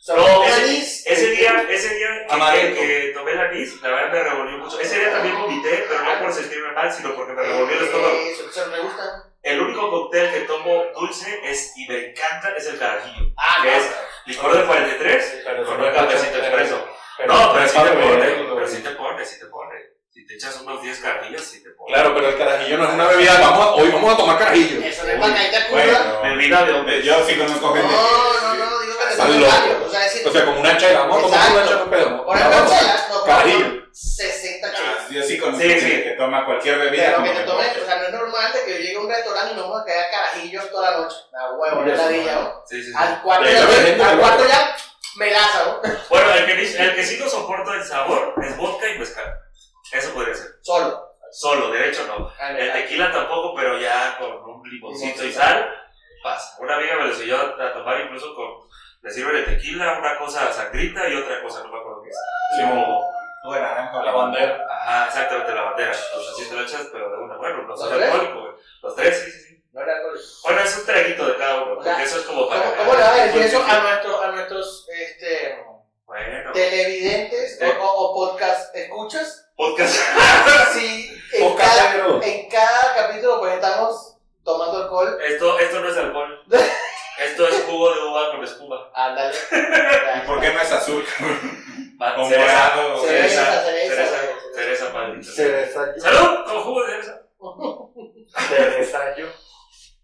S3: O sea,
S2: No,
S3: un
S2: ese-
S3: anís.
S2: Ese día, ese día que,
S1: Amarillo.
S2: que tomé el anís, la verdad me revolvió mucho. Ese día también vomité, pero no por sentirme mal, sino porque me revolvió el estómago.
S3: Eso, eso me gusta.
S2: El único cóctel que tomo dulce es, y me encanta, es el carajillo.
S3: Ah,
S2: ¿Qué es? Licor de 43
S1: Pero
S2: con un cafecito expreso. No, pero si te pone, pero si te pone, si te pone. Si te echas unos 10 carajillos, si te pone.
S1: Claro, pero el carajillo no es una bebida. Vamos a- hoy vamos a tomar carajillo.
S3: Eso no es bancaita cruda.
S6: Bueno,
S2: Bebida de hombre.
S6: yo sí conozco
S3: No,
S6: gente.
S3: no, no, digo que te
S1: Estás
S3: tomes
S1: loco.
S3: varios. O sea, es decir,
S1: O sea, como una chela. Vamos a tomar una chela,
S3: Exacto.
S1: pero vamos.
S3: por ejemplo,
S1: Vamos.
S3: chelas, no
S1: Carajillo.
S3: toman 60 chelas.
S6: Ah, Yo sí conozco
S2: Sí,
S6: gente
S2: sí.
S6: que toma cualquier bebida.
S3: Pero
S6: como
S3: que te
S6: que-
S3: tomes, o sea, no es normal de que yo llegue a un restaurante y nos vamos a quedar carajillos toda la noche. La huevo, no
S1: Eso,
S3: la villa, ¿no?
S2: ah, Sí, sí, sí.
S3: Al cuarto
S1: Pero
S3: ya,
S1: hay gente
S3: al
S1: que-
S3: cuarto ya, melaza, ¿no?
S2: Bueno, el que, el que sí no soporta el sabor es vodka y mezcal. Eso podría ser.
S3: Solo. Ah,
S2: Solo, de hecho no. El tequila tampoco, pero ya con un limoncito y sal, pasa. Una amiga me lo enseñó a a tomar incluso con. Le sirve de tequila, una cosa sangrita y otra cosa, no me acuerdo qué es.
S6: Sí.
S2: Como-
S6: Jugo de naranja,
S1: La bandera.
S2: Ajá, exactamente, la bandera. O sea, sí te lo echas, pero de una. Bueno, no
S3: ¿Los
S2: soy
S3: tres?
S2: alcohólico, güey. Los tres, sí, sí, sí.
S3: No era alcohol.
S2: Bueno, es un traguito de cada uno,
S3: O sea,
S2: porque eso es como para.
S3: ¿Cómo, cómo le vas a decir eso a, nuestro- a nuestros este,
S2: Bueno,
S3: televidentes
S2: Eh.
S3: o, o- o podcast escuchas?
S2: podcast.
S3: Sí, en cada, en cada capítulo pues estamos tomando alcohol.
S2: Esto, esto no es alcohol. Esto es jugo de uva con espuma.
S3: Ándale.
S6: ¿Y por qué no es azul?
S2: Va,
S6: O
S2: cereza,
S6: morado. o-
S2: Cereza.
S3: Cereza, cereza.
S2: cereza, cereza, padrito.
S1: Cereza.
S2: ¡Salud! Con jugo de cereza.
S1: Cerezayo.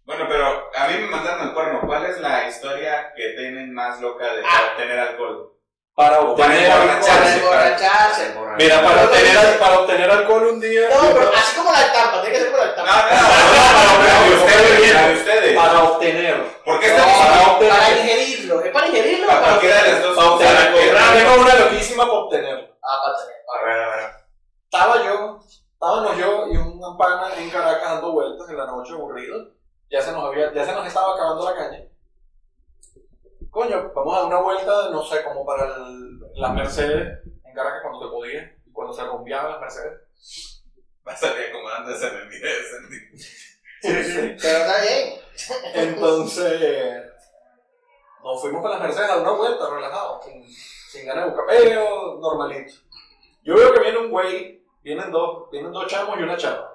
S6: Bueno, pero a mí me mandaron al cuerno. ¿Cuál es la historia que tienen más loca de
S3: Ah.
S6: obtener alcohol?
S1: Para
S6: Tener
S1: obtener
S3: Para
S1: alcohol.
S6: borracharse.
S3: emborracharse.
S1: Mira, para obtener, para obtener alcohol un día.
S3: No, pero así como la estampa, tiene que ser como la
S6: No,
S3: estampa.
S6: no,
S1: no,
S6: no,
S1: no,
S6: ustedes,
S1: no, Ah.
S6: la de ustedes.
S1: Para obtener.
S6: ¿Por qué
S1: para
S6: estamos
S1: obtener.
S3: Para ingerirlo. ¿Es para ingerirlo o
S6: a
S3: para
S6: cualquiera de las dos?
S1: Para obtener.
S6: Para que-
S1: Yo Tengo una loquísima para obtener.
S3: Ah, para tener.
S6: A ver, a ver.
S1: Estaba yo, estábamos yo y una pana en Caracas dando vueltas en la noche aburrido. Ya se nos había, ya se nos estaba acabando la caña. Coño, vamos a dar una vuelta, no sé, como para el- las Mercedes en Caracas cuando se podía, y cuando se rumbeaban las Mercedes.
S6: Vas a ir acomodándose en el video de sentir.
S3: Pero está bien.
S1: Entonces, nos fuimos con las Mercedes a dar una vuelta, relajados, sin, sin ganas de buscar peo, normalito. Yo veo que viene un güey, vienen dos, vienen dos chamos y una chama,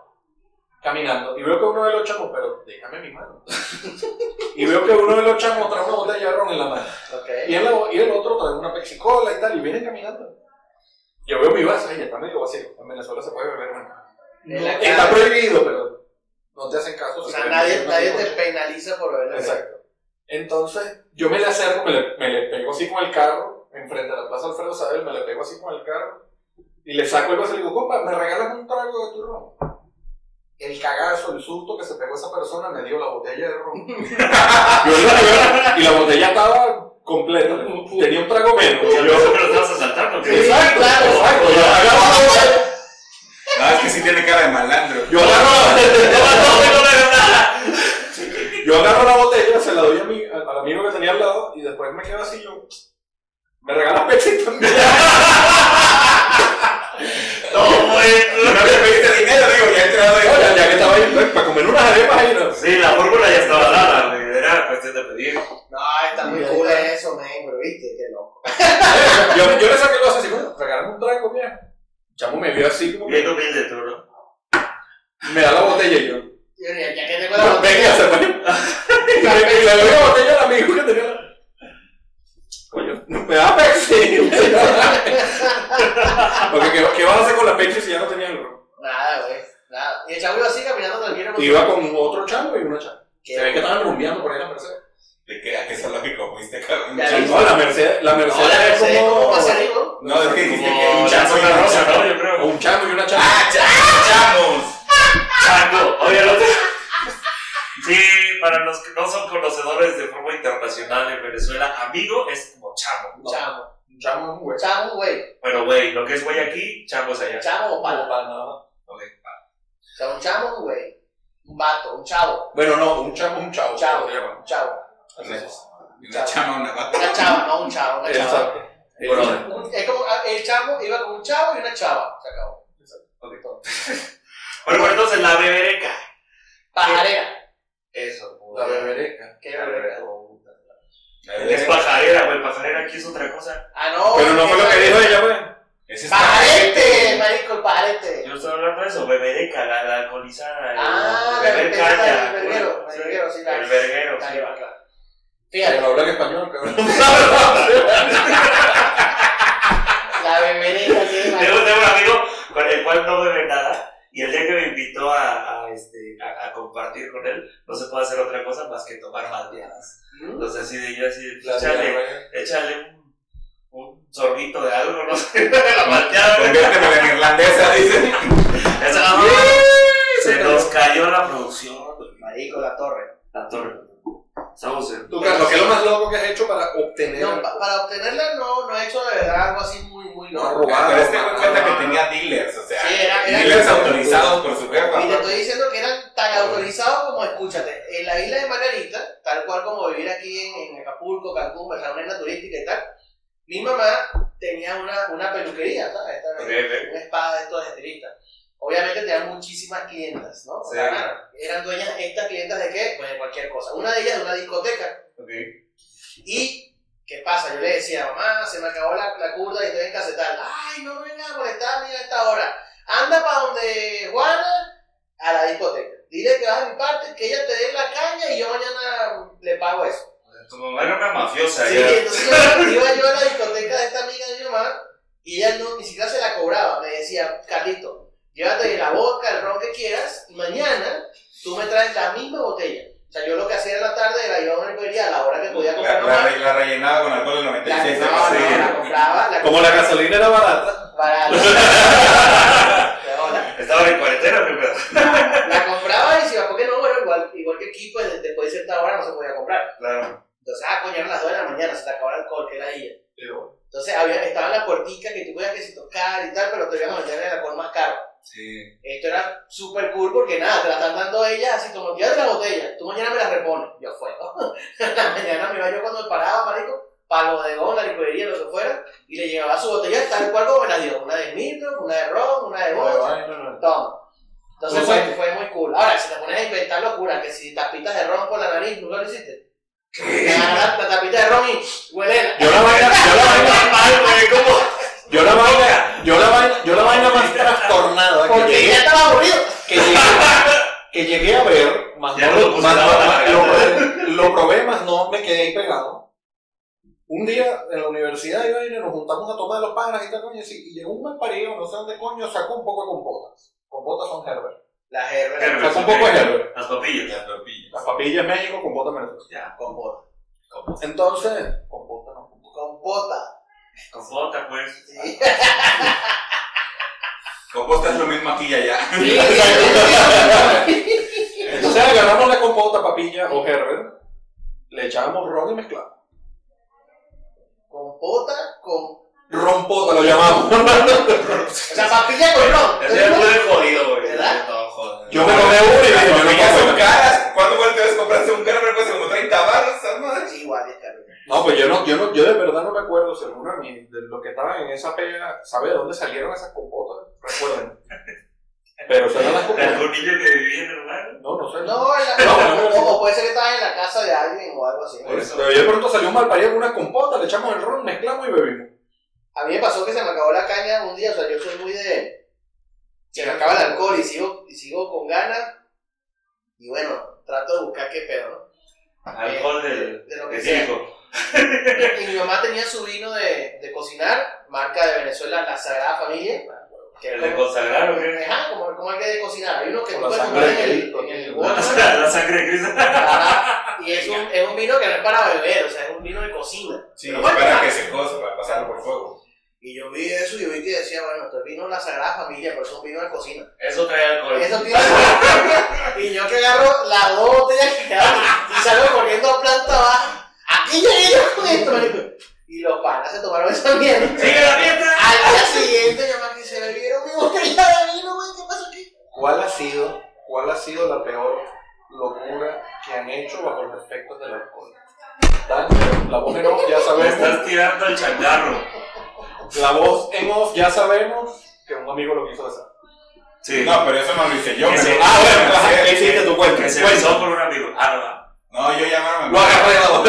S1: caminando. Y veo que uno de los chamos, pero déjame mi mano. y veo que uno de los chamos trae una botella de ron en la mano. Y
S3: Ok.
S1: el, y el otro trae una Pepsi Cola y tal, y vienen caminando. Yo veo mi vaso, y está medio vacío. En Venezuela se puede beber, bueno.
S3: En la
S1: Está
S3: calle.
S1: prohibido, pero no te hacen caso.
S3: O
S1: si
S3: sea,
S1: te
S3: nadie,
S1: meten
S3: nadie
S1: una
S3: te penaliza por verlo.
S1: Exacto. Entonces, yo me le acerco, me le, me le pego así con el carro, enfrente de la Plaza Alfredo Sabel, me le pego así con el carro, y le saco el vaso y le digo, compa, ¿me regalas un trago de tu ron? El cagazo, el susto que se pegó esa persona me dio la botella de ron. Yo la veo, y la botella estaba completa, tenía un trago menos.
S2: Ya
S1: y
S2: no
S1: yo-
S2: sé que los vas a saltar porque.
S1: exacto,
S3: claro.
S1: exacto. Yo agarro la botella,
S6: No, es que sí tiene cara de malandro.
S1: yo agarro la
S2: ¡No, no, no, no, no, nada!
S1: Yo agarro la botella, se la doy a mi, al al amigo que tenía al lado y después me quedo así yo. Me regalas Pepsi también.
S2: No, bueno.
S6: No me pediste dinero, digo, ya he entrado de
S1: Oye, ya que estaba ahí, pues, para comer unas arepas ahí, ¿no?
S2: Sí, la fórmula ya estaba dada, güey. Era cuestión Ah, de pedir.
S3: No, está muy cool eso, man, pero viste, qué loco.
S1: Yo, yo le saqué los así, bueno, regálame un trago, mira. Chamo me vio así como
S2: Bien
S1: que
S2: humilde tú, ¿no?
S1: me da la botella y yo.
S3: Yo, Ya ya que tengo la
S1: Pues venga, se pone. Y le- y le doy la botella al amigo que tenía la. Coño, me da Pepsi. Porque, ¿qué, qué vas a hacer con la Pepsi si ya no tenía el ron?
S3: Nada, güey. Nada. Y el chavo iba así caminando tranquilo. con-
S1: Iba con otro chango y una changa.
S3: ¿Qué?
S1: Se ve que estaban rumbeando por ahí en la Mercedes.
S6: ¿De qué? ¿A qué zoológico fuiste, cabrón?
S3: Ya
S1: No, la Mercedes, la
S3: No,
S1: Mercedes
S3: la Mercedes,
S1: es
S3: ¿cómo
S1: como,
S3: pasa ahí, bro?
S6: No, es que dijiste que hay
S2: Como
S6: un
S2: la
S6: chango y
S2: zona
S6: una
S2: rosa,
S6: changa.
S2: ¿no? Yo creo.
S1: un chango y una changa.
S6: ¡Ah, ya! ¡Chamos!
S2: Chango. Oye, el otro. Sí, para los que no son conocedores de forma internacional en Venezuela, amigo es como chamo.
S1: No.
S3: Chamo.
S1: Un chango es un güey.
S3: Chamo, güey.
S2: Pero, güey, lo que es güey aquí, chamo es allá.
S3: Chamo o pala.
S1: Para nada.
S2: Ok, va.
S3: O sea, un chamo, güey. Un vato, un chavo.
S1: Bueno, no, un chango es un chavo.
S3: Un chavo.
S1: se llama.
S3: Un chavo.
S1: Así es.
S6: Una chama, una bata.
S3: Una chava, no un chavo. Una chava.
S1: Exacto.
S2: Bueno,
S3: Un- es como ah, el chamo iba con un chavo y una chava. Se acabó.
S2: bueno, pues, entonces la bebereca.
S3: Pajarera.
S2: Eso, güey.
S1: La bebereca.
S3: Qué verga.
S2: Es pajarera, güey. Pajarera aquí es otra cosa.
S3: Ah, no.
S1: Pero no fue lo que dijo ella, pues. güey.
S6: Ese está-
S3: Pajarete, marico, el pajarete.
S2: Yo no estaba hablando de eso, bebereca, la, la alcoholizada.
S3: Ah,
S2: el
S3: la
S2: beber
S3: representa
S2: caña,
S3: del verguero,
S2: güey.
S3: el verguero, sí, la-
S2: El verguero,
S3: Está
S2: sí.
S3: ahí, va, claro.
S1: Pero
S3: Fíjate,
S1: no habla en español, cabrón.
S3: la beberita tiene
S2: Tengo,
S3: marico.
S2: tengo un amigo con el cual no bebe nada y el día que me invitó a, a, este, a, a compartir con él, no se puede hacer otra cosa más que tomar malteadas. Entonces así de yo así,
S1: La
S2: échale,
S1: señora, güey.
S2: échale un, un sorbito de algo, no sé, de la malteada. güey.
S6: Conviérteme en irlandesa, dice.
S2: Esa- Ah. se nos cayó la producción, güey.
S3: Marico, la torre.
S2: la torre. Estamos en...
S1: Tú, Carlos, ¿qué es lo más loco que has hecho para obtener?
S3: No, pa- para obtenerla no, no he hecho de verdad algo así muy, muy
S1: No,
S3: loco.
S1: robar,
S6: Pero este
S1: no,
S6: güey cuenta
S3: no,
S6: que tenía dealers, o sea,
S3: Sí, era- era-
S6: dealers autorizados por su jefa.
S3: Y te estoy diciendo que eran tan autorizados como, escúchate, en la isla de Margarita, tal cual como vivir aquí en, en Acapulco, Cancún, pues, Barcelona, una isla turística y tal, mi mamá tenía una, una peluquería, ¿sabes? Esta-
S2: Ok, ok.
S3: una espada de estos estilistas. Obviamente tenían muchísimas clientas, ¿no? O
S2: Sí.
S3: sea, eran- eran dueñas estas clientas de qué? Pues de cualquier cosa. Una de ellas de una discoteca.
S2: Ok.
S3: Y, ¿qué pasa? Yo le decía, mamá, se me acabó la, la curda y estoy en casetal. Ay, no me vengas a molestar ni a esta hora. Anda para donde Juana, a la discoteca. Dile que vas a mi parte, que ella te dé la caña y yo mañana le pago eso.
S2: Tu mamá era una mafiosa,
S3: Sí,
S2: ya.
S3: entonces iba, iba yo a la discoteca de esta amiga de mi mamá y ella no, ni siquiera se la cobraba. Me decía, Carlito, llévate la vodka, el ron que quieras y mañana tú me traes la misma botella. O sea, yo lo que hacía en la tarde era ir a una licorería a la hora que podía
S6: La,
S3: comprar
S6: la
S3: mamá.
S6: re- la rellenaba con alcohol del
S3: La,
S6: 96.
S3: no,
S6: sí.
S3: no, la compraba, la
S1: Como la gasolina era barata.
S3: compraba barata. Huevona.
S2: Estaba en cuarentena, mi pedo.
S3: La compraba y decía, ¿por qué no? Bueno, igual, igual que aquí, pues después de cierta hora no se podía comprar.
S2: Claro.
S3: Entonces, ah, coño, eran las 2 de la mañana, se te acabó el alcohol, que la día. Entonces había, estaban las puerticas que tú podías que si tocar y tal, pero te iban a meter en el alcohol más caro.
S6: Sí.
S3: Esto era súper cool porque nada, te la están dando ellas así como, llévate la botella, tú mañana me la repones. Yo fue, ¿no? la mañana me iba yo cuando me paraba, marico, para el bodegón, la licorería, lo que fuera, y le llevaba su botella tal cual como me la dio. Una de Smirnoff, una de ron, una de vodka, toma. Entonces fue, fue muy cool. Ahora, si te pones a inventar locuras, que si tapitas de ron por la nariz, ¿nunca lo hiciste? Te agarras la tapita de ron y huele.
S1: Yo la vaina, yo la vaina,
S2: mal, güey, ¿cómo?
S1: yo la vaina, yo la vaina, yo la vaina más trastornada que
S3: Porque ya
S1: llegué,
S3: estaba aburrido.
S1: que llegué, que llegué a ver, más
S2: Ya
S1: no,
S2: lo puse
S1: más
S2: la
S1: no-
S2: barra,
S1: más-
S2: ya.
S1: lo, probé, lo probé, más no me quedé ahí pegado. Un día en la universidad iba y nos juntamos a tomar los panas y tal coño, y sí, y llegó un mal parido, no sé dónde coño, sacó un poco de compotas. Compotas son Herbert.
S3: La Herbert
S2: Herbert.
S1: Sacó un poco de Herbert.
S2: pues, Las papillas.
S6: Las papillas.
S1: Las papillas en México, compota en Venezuela.
S2: Ya,
S3: con bota.
S1: Entonces, compota no, compota.
S3: Con bota.
S2: con bota, pues.
S3: Sí.
S6: Composta es lo mismo aquí y allá.
S2: Ah,
S1: Entonces agarramos la compota, papilla o Herbert, le echábamos ron y mezclamos.
S3: con bota, con. O
S1: Rompota lo llamamos.
S3: sea, papilla con
S2: Eso ya
S3: ron.
S2: puede jodido, güey.
S3: ¿Verdad?
S2: No, joder.
S1: Yo me comé uno y
S6: Las
S1: dije, yo no
S6: papillas
S1: puedo
S6: son
S1: comer.
S6: caras. ¿Cuánto vuelves compraste un Gerber? Pues como 30 baros, esa madre.
S3: Sí, igual, es caro.
S1: No, pues yo no, yo no, yo de verdad no me acuerdo si alguno de, mis- de los que estaban en esa pega sabe de dónde salieron esas compotas, recuerden. Pero son las
S2: De
S1: compotas.
S2: algún niño que vivía en el barrio.
S1: No, no sé.
S3: No, en la-
S1: No, no, no.
S3: o, o puede ser que estabas en la casa de alguien o algo así.
S2: Por eso.
S1: Pero yo de pronto salió un mal parido con una compota, le echamos el ron, mezclamos y bebimos.
S3: A mí me pasó que se me acabó la caña un día, o sea, yo soy muy de. Se me acaba el alcohol y sigo, y sigo con ganas. Y bueno, trato de buscar qué pedo, ¿no?
S2: Alcohol del.
S3: De lo que
S2: De
S3: sea.
S2: circo.
S3: Y mi mamá tenía su vino de, de cocinar, marca de Venezuela, la Sagrada Familia. Que
S2: El
S3: es
S2: de
S3: como-
S2: consagrar, ¿o qué?
S3: Ajá, como, como el que hay de cocinar. Hay uno que
S1: Con la
S3: tú puedes
S1: sangre
S3: comprar en
S1: de
S3: el,
S1: Cristo,
S3: en el
S1: tío.
S3: Walmart.
S2: La sangre de Cristo.
S3: Ajá, Y es un, es un vino que no es para beber, o sea, es un vino de cocina.
S6: Sí,
S3: Pero
S6: es
S3: bueno,
S6: para
S3: nada.
S6: que se cosa, para pasarlo por fuego.
S3: Y yo vi eso y yo vi que decía, bueno, esto es vino de la Sagrada Familia, pero eso es un vino de cocina.
S2: Eso trae alcohol.
S3: Eso tiene Y yo que agarro las dos botellas que quedaban y salgo corriendo a planta baja. Aquí llegué yo con esto, marico. Y los panas se tomaron esa mierda.
S2: ¡Sigue la fiesta!
S3: Al día siguiente, yo más que se bebieron mi botella de vino, güey, ¿qué pasó aquí?
S1: ¿Cuál ha sido, cuál ha sido la peor locura que han hecho bajo los efectos del alcohol? Daniel, La voz en off ya
S2: Me
S1: sabemos,
S2: estás tirando el changarro.
S1: la voz en off ya sabemos que un amigo lo quiso hacer.
S2: Sí.
S6: No, pero eso no lo hice yo.
S2: Que
S6: me
S2: se-
S6: lo- Ah, bueno,
S1: ajá,
S6: sí,
S1: ¿qué hiciste tú? Cuenta,
S2: Que se
S1: cuenta.
S2: besó por un amigo. Ah, no, va.
S6: No, yo llamaron a mi
S1: Lo agarré la voz.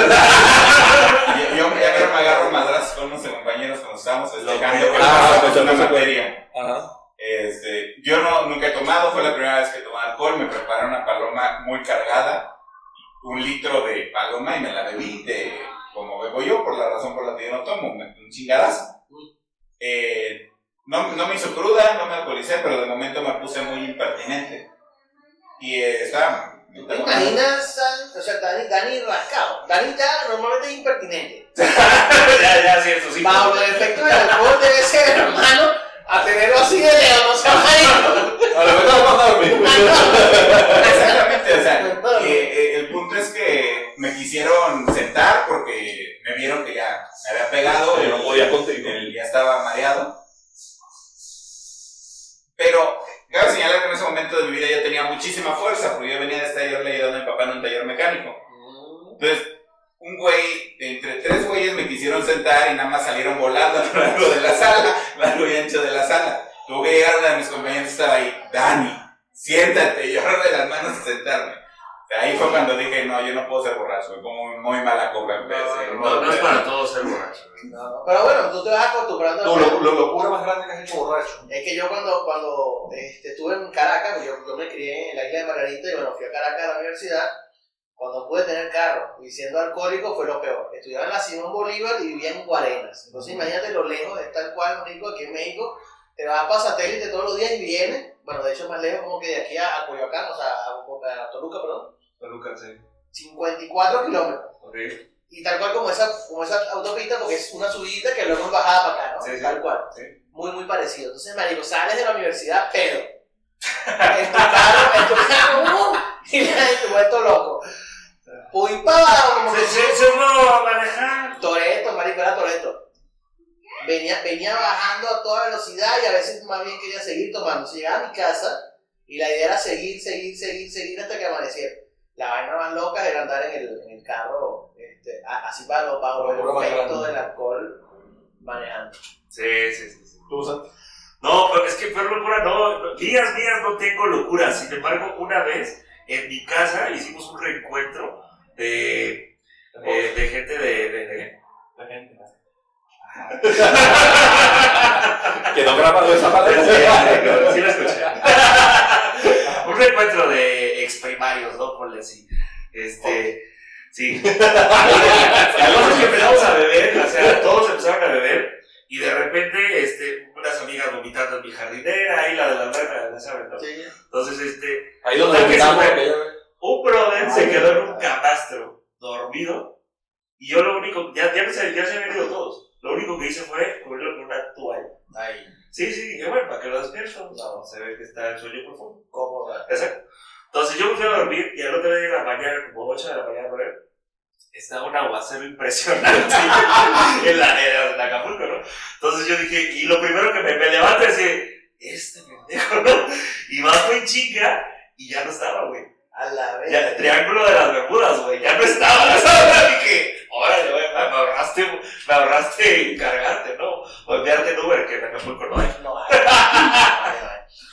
S6: Yo, yo me agarro, me agarro madrazos con unos compañeros cuando estábamos festejando
S2: Lo
S6: que
S2: que-
S1: Ah,
S6: pasamos
S1: pues,
S6: una
S1: pues,
S6: materia.
S1: Ajá.
S6: Este, yo no, nunca he tomado, fue la primera vez que tomé alcohol, me prepararon una paloma muy cargada, un litro de paloma y me la bebí de como bebo yo, por la razón por la que yo no tomo, me- un chingadazo. Eh, no, no me hizo cruda, no me alcoholicé, pero de momento me puse muy impertinente. Y eh, estaba... me
S3: ¿Te
S6: estaba-
S3: imaginas, San- o sea, Dani, Dani rascado? Dani ya normalmente es impertinente.
S2: Ya, ya, sí, eso sí.
S3: Bajo los efectos del alcohol debe ser, hermano, a tenerlo así de lejos, no se va
S1: A la verdad,
S6: Exactamente, o sea, que, eh, el punto es que me quisieron sentar porque me vieron que ya me había pegado, yo no podía
S1: contigo.
S6: él ya estaba mareado. Pero cabe señalar que en ese momento de mi vida yo tenía muchísima fuerza, porque yo venía de estar ayudando a mi papá en un taller mecánico. Entonces, un güey, de entre tres güeyes me quisieron sentar y nada más salieron volando a lo largo de la sala, largo y ancho de la sala. Tuvo que llegar una de mis compañeros estaba ahí, Dani, siéntate, yo agarré las manos a sentarme. O sea, ahí fue cuando dije, no, yo no puedo ser borracho, soy como muy mala copa en vez de-
S2: No, no es para todos ser borracho.
S3: Pero bueno, tú te vas acostumbrando a
S1: No, lo, lo locura más grande que has hecho borracho.
S3: Es que yo cuando, cuando este, estuve en Caracas, yo, yo me crié en la isla de Margarita y bueno, fui a Caracas a la universidad, cuando pude tener carro y siendo alcohólico fue lo peor. Estudiaba en la Simón Bolívar y vivía en Guarenas. Entonces imagínate lo lejos de tal cual, rico, aquí en México, te vas para satélite todos los días y vienes, bueno, de hecho más lejos como que de aquí a, a Coyoacán, o sea, a, a Toluca, perdón,
S2: Lucas, sí.
S3: 54 kilómetros.
S2: Ok.
S3: Y tal cual como esa, como esa autopista, porque es una subida que luego es bajada para acá, ¿no?
S2: Sí, sí.
S3: Tal cual
S2: Sí.
S3: muy, muy parecido. Entonces, marico, sales de la universidad pedo. En tu carro, en tu carro, ¡uh! y la gente vuelto loco. Uy, para abajo, como que
S2: Se, se, se fue a manejar.
S3: Toreto, marico, era Toreto. Venía, venía bajando a toda velocidad y a veces más bien quería seguir tomando. Se llegaba a mi casa y la idea era seguir, seguir, seguir, seguir hasta que amaneciera. La vaina más loca era andar en el, en el carro, este, a- así para los bajo
S1: Locura más
S3: el efecto
S1: grande.
S3: del alcohol manejando.
S2: Sí, sí, sí. sí.
S1: Tú, Santi.
S2: No, pero es que peor locura no. no, Días, días no tengo locura. Sin embargo, una vez en mi casa hicimos un reencuentro de, eh, de gente de- de- de
S1: La gente. Que no grabado esa parte.
S2: Sí, la escuché. Un reencuentro de exprimarios, ¿no? Ponle así. Este. Sí. Entonces empezamos a beber, o sea, todos empezaron a beber y de repente, este, unas amigas vomitando en mi jardinera y la de la alberca, ya saben, ¿no?
S3: Sí.
S2: Entonces, este,
S1: Ahí donde empezamos.
S2: un brother se quedó en un camastro, dormido, y yo lo único, ya, ya, se, ya se habían ido todos, lo único que hice fue cubrirlo con una toalla.
S3: Ahí,
S2: Sí, sí, dije, bueno, ¿para qué lo despierto? No, se ve que está el sueño profundo.
S3: cómoda.
S2: Exacto. Entonces yo me fui a dormir y al otro día de la mañana, como 8 de la mañana, ¿no? estaba un aguacero impresionante en la en Acapulco, ¿no? Entonces yo dije, y lo primero que me, me levanto es que, este pendejo, ¿no? Y bajo en chinga y ya no estaba, güey.
S3: A la vez.
S2: Ya, el triángulo de las Bermudas, güey, ya no estaba, ¿sabes? Dije, oh, órale, güey, me ahorraste, me ahorraste cargarte, ¿no? O enviarte en Uber, que en Acapulco no hay.
S3: No hay. No hay.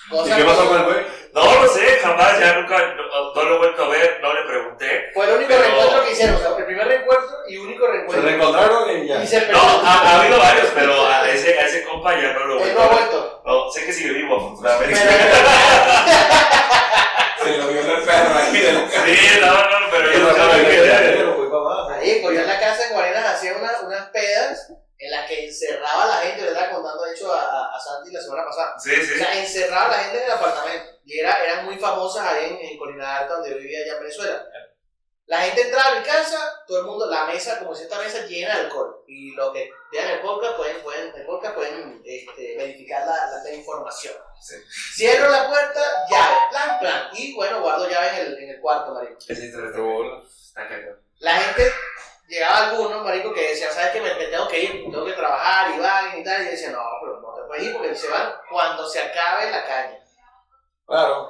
S6: ¿Y
S3: Cosa
S6: qué
S3: que
S6: pasó con el güey?
S2: No lo sé, jamás, ya nunca, no, no lo he vuelto a ver, no le pregunté.
S3: Fue el único
S2: Pero-
S3: reencuentro que hicieron, o sea, el primer reencuentro y único
S1: Se
S3: reencuentro.
S1: reencontraron y ya.
S3: Y se
S2: No,
S3: perdió.
S2: ha, ha habido varios, pero ah, a ese, a ese compa ya no lo he
S3: Él
S2: vuelto
S3: no
S2: a
S3: ha
S2: ver.
S3: vuelto.
S2: No, sé que sigue vivo, afortunadamente.
S6: Se lo vio el perro aquí de la cara.
S2: Sí, no, no, pero yo nunca me quedé.
S1: Pero fue para abajo.
S3: Marico, yo pues, en la casa de Guarenas hacía una- unas pedas en las que encerraba a la gente, le estaba contando de hecho a, a- a Santi la semana pasada.
S2: Sí,
S3: O
S2: sí.
S3: sea, encerraba a la gente en el apartamento. Y era, eran muy famosas ahí en, en Colina Alta, donde yo vivía allá en Venezuela. La gente entraba a mi casa, todo el mundo, la mesa, como si esta mesa llena de alcohol. Y lo que vean en el podcast pueden, pueden, el podcast pueden este, verificar la, la- la información.
S2: Sí.
S3: Cierro la puerta, llave, plan, plan. Y bueno, guardo llave en el, en el cuarto, marico.
S2: Ese internet está cagado.
S3: La gente, llegaba algunos, marico, que decían, ¿sabes que me, me tengo que ir? Tengo que trabajar y van y tal. Y decían, no, pero no te puedes ir porque se van cuando se acabe la calle.
S1: Claro.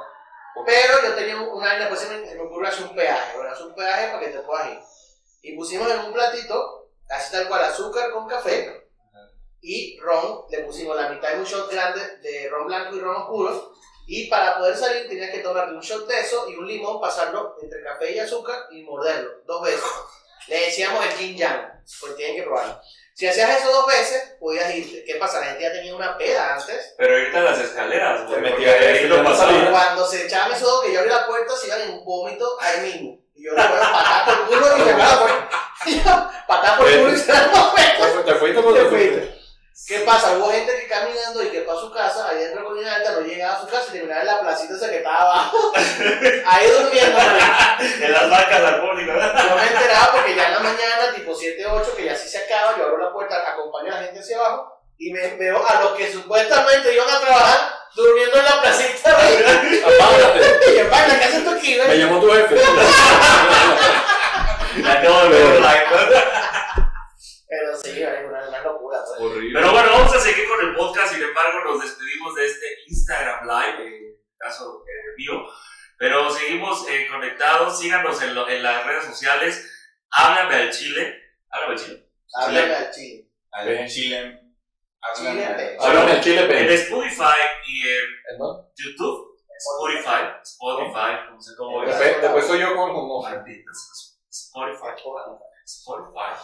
S3: Pero yo tenía un año, después se me, se me ocurrió hacer un peaje, bueno, hacer un peaje para que te puedas ir. Y pusimos en un platito, así tal cual, azúcar con café y ron, le pusimos la mitad de un shot grande de ron blanco y ron oscuro. Y para poder salir tenías que tomarte un shot de eso y un limón, pasarlo entre café y azúcar y morderlo dos veces. Le decíamos el yin yang, porque tienen que probarlo. Si hacías eso dos veces, podías irte. ¿Qué pasa? La gente ya tenía una peda antes.
S2: Pero ahorita las escaleras,
S6: Te
S2: güey.
S6: metí
S2: Porque
S6: a-
S2: ahí
S6: ya
S2: lo
S6: no
S2: pasaba.
S6: salía.
S3: Cuando se echaban esos dos que yo abrí la puerta, se iban en un vómito ahí mismo. Y yo le voy a patar por el culo y cerrar la puerta. patar por el culo y cerrar la puerta.
S1: ¿Te fuiste
S3: Te
S1: por
S3: fuiste. ¿Qué pasa? Hubo gente que caminando y que fue a su casa, ahí dentro de Colina Alta, no llegaba a su casa y terminaba en la placita esa que estaba abajo. Ahí durmiendo. marico.
S2: En las bancas alcohólicas.
S3: Yo me enteraba porque ya en la mañana, tipo 7, 8, que ya sí se acaba, yo abro la puerta, acompaño a la gente hacia abajo y me veo a los que supuestamente iban a trabajar durmiendo en la placita. marico.
S1: Apágate.
S3: Y yo, "Pana, ¿qué haces tú aquí? güey?"
S1: Me llamó tu jefe.
S2: Acabo de ver la
S3: Pero sí, es una, una locura. pues.
S6: Horrible.
S2: Pero bueno, vamos a seguir con el podcast. Sin embargo, nos despedimos de este Instagram Live, en caso eh, mío. Pero seguimos eh, conectados. Síganos en, lo- en las redes sociales. Háblame al Chile. Háblame al Chile.
S3: Háblame al chile.
S6: A ver, en Chile. háblame.
S3: Chile,
S1: Ahora en el Chile,
S2: En
S1: pero.
S2: Spotify y en
S1: ¿No?
S2: YouTube. Spotify. Spotify. No sé cómo es.
S1: Después, después soy yo con como.
S2: Malditas. Spotify. Spotify.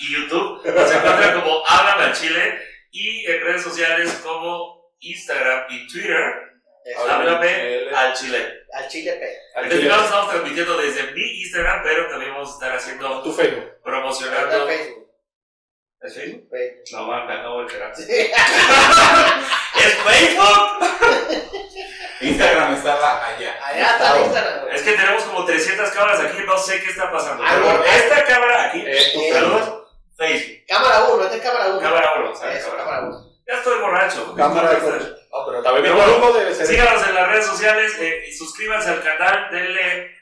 S2: Y YouTube. Nos encuentran como Háblame al Chile. Y en redes sociales como Instagram y Twitter.
S3: Eso,
S1: Háblame al
S2: Háblame
S1: Chile.
S2: al Chile.
S3: Al chile pe.
S1: Al
S2: En este
S1: Chile.
S2: caso estamos transmitiendo desde mi Instagram, pero también vamos a estar haciendo,
S1: Tu Facebook.
S3: Al
S2: promocionando.
S3: Facebook.
S2: ¿Es Facebook?
S3: Facebook.
S2: No, man, me acabo de enterar.
S3: Sí.
S2: ¡Es Facebook!
S6: Instagram estaba allá.
S3: Allá está el Instagram. güey.
S2: Es que tenemos como 300 cámaras aquí, no sé qué está pasando.
S3: Ah,
S2: Pero
S3: bueno.
S2: esta cámara aquí,
S1: Es tu
S3: Eh,
S1: Facebook.
S2: saludos, Facebook.
S3: Cámara 1, esta es cámara 1.
S2: Cámara 1, ¿sabes?
S3: Eso,
S2: Cámara
S3: cámara 1.
S2: uno. Ya estoy borracho.
S1: Cámara de
S2: Disculpen.
S1: Ah, pero también mi
S2: Pero bueno,
S1: grupo debe ser.
S2: Síganos en las redes sociales, eh, y suscríbanse al canal, denle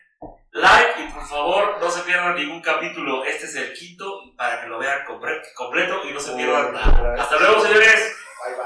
S2: like y por favor no se pierdan ningún capítulo. Este es el quinto para que lo vean compre- completo y no se pierdan nada. Hasta luego, señores.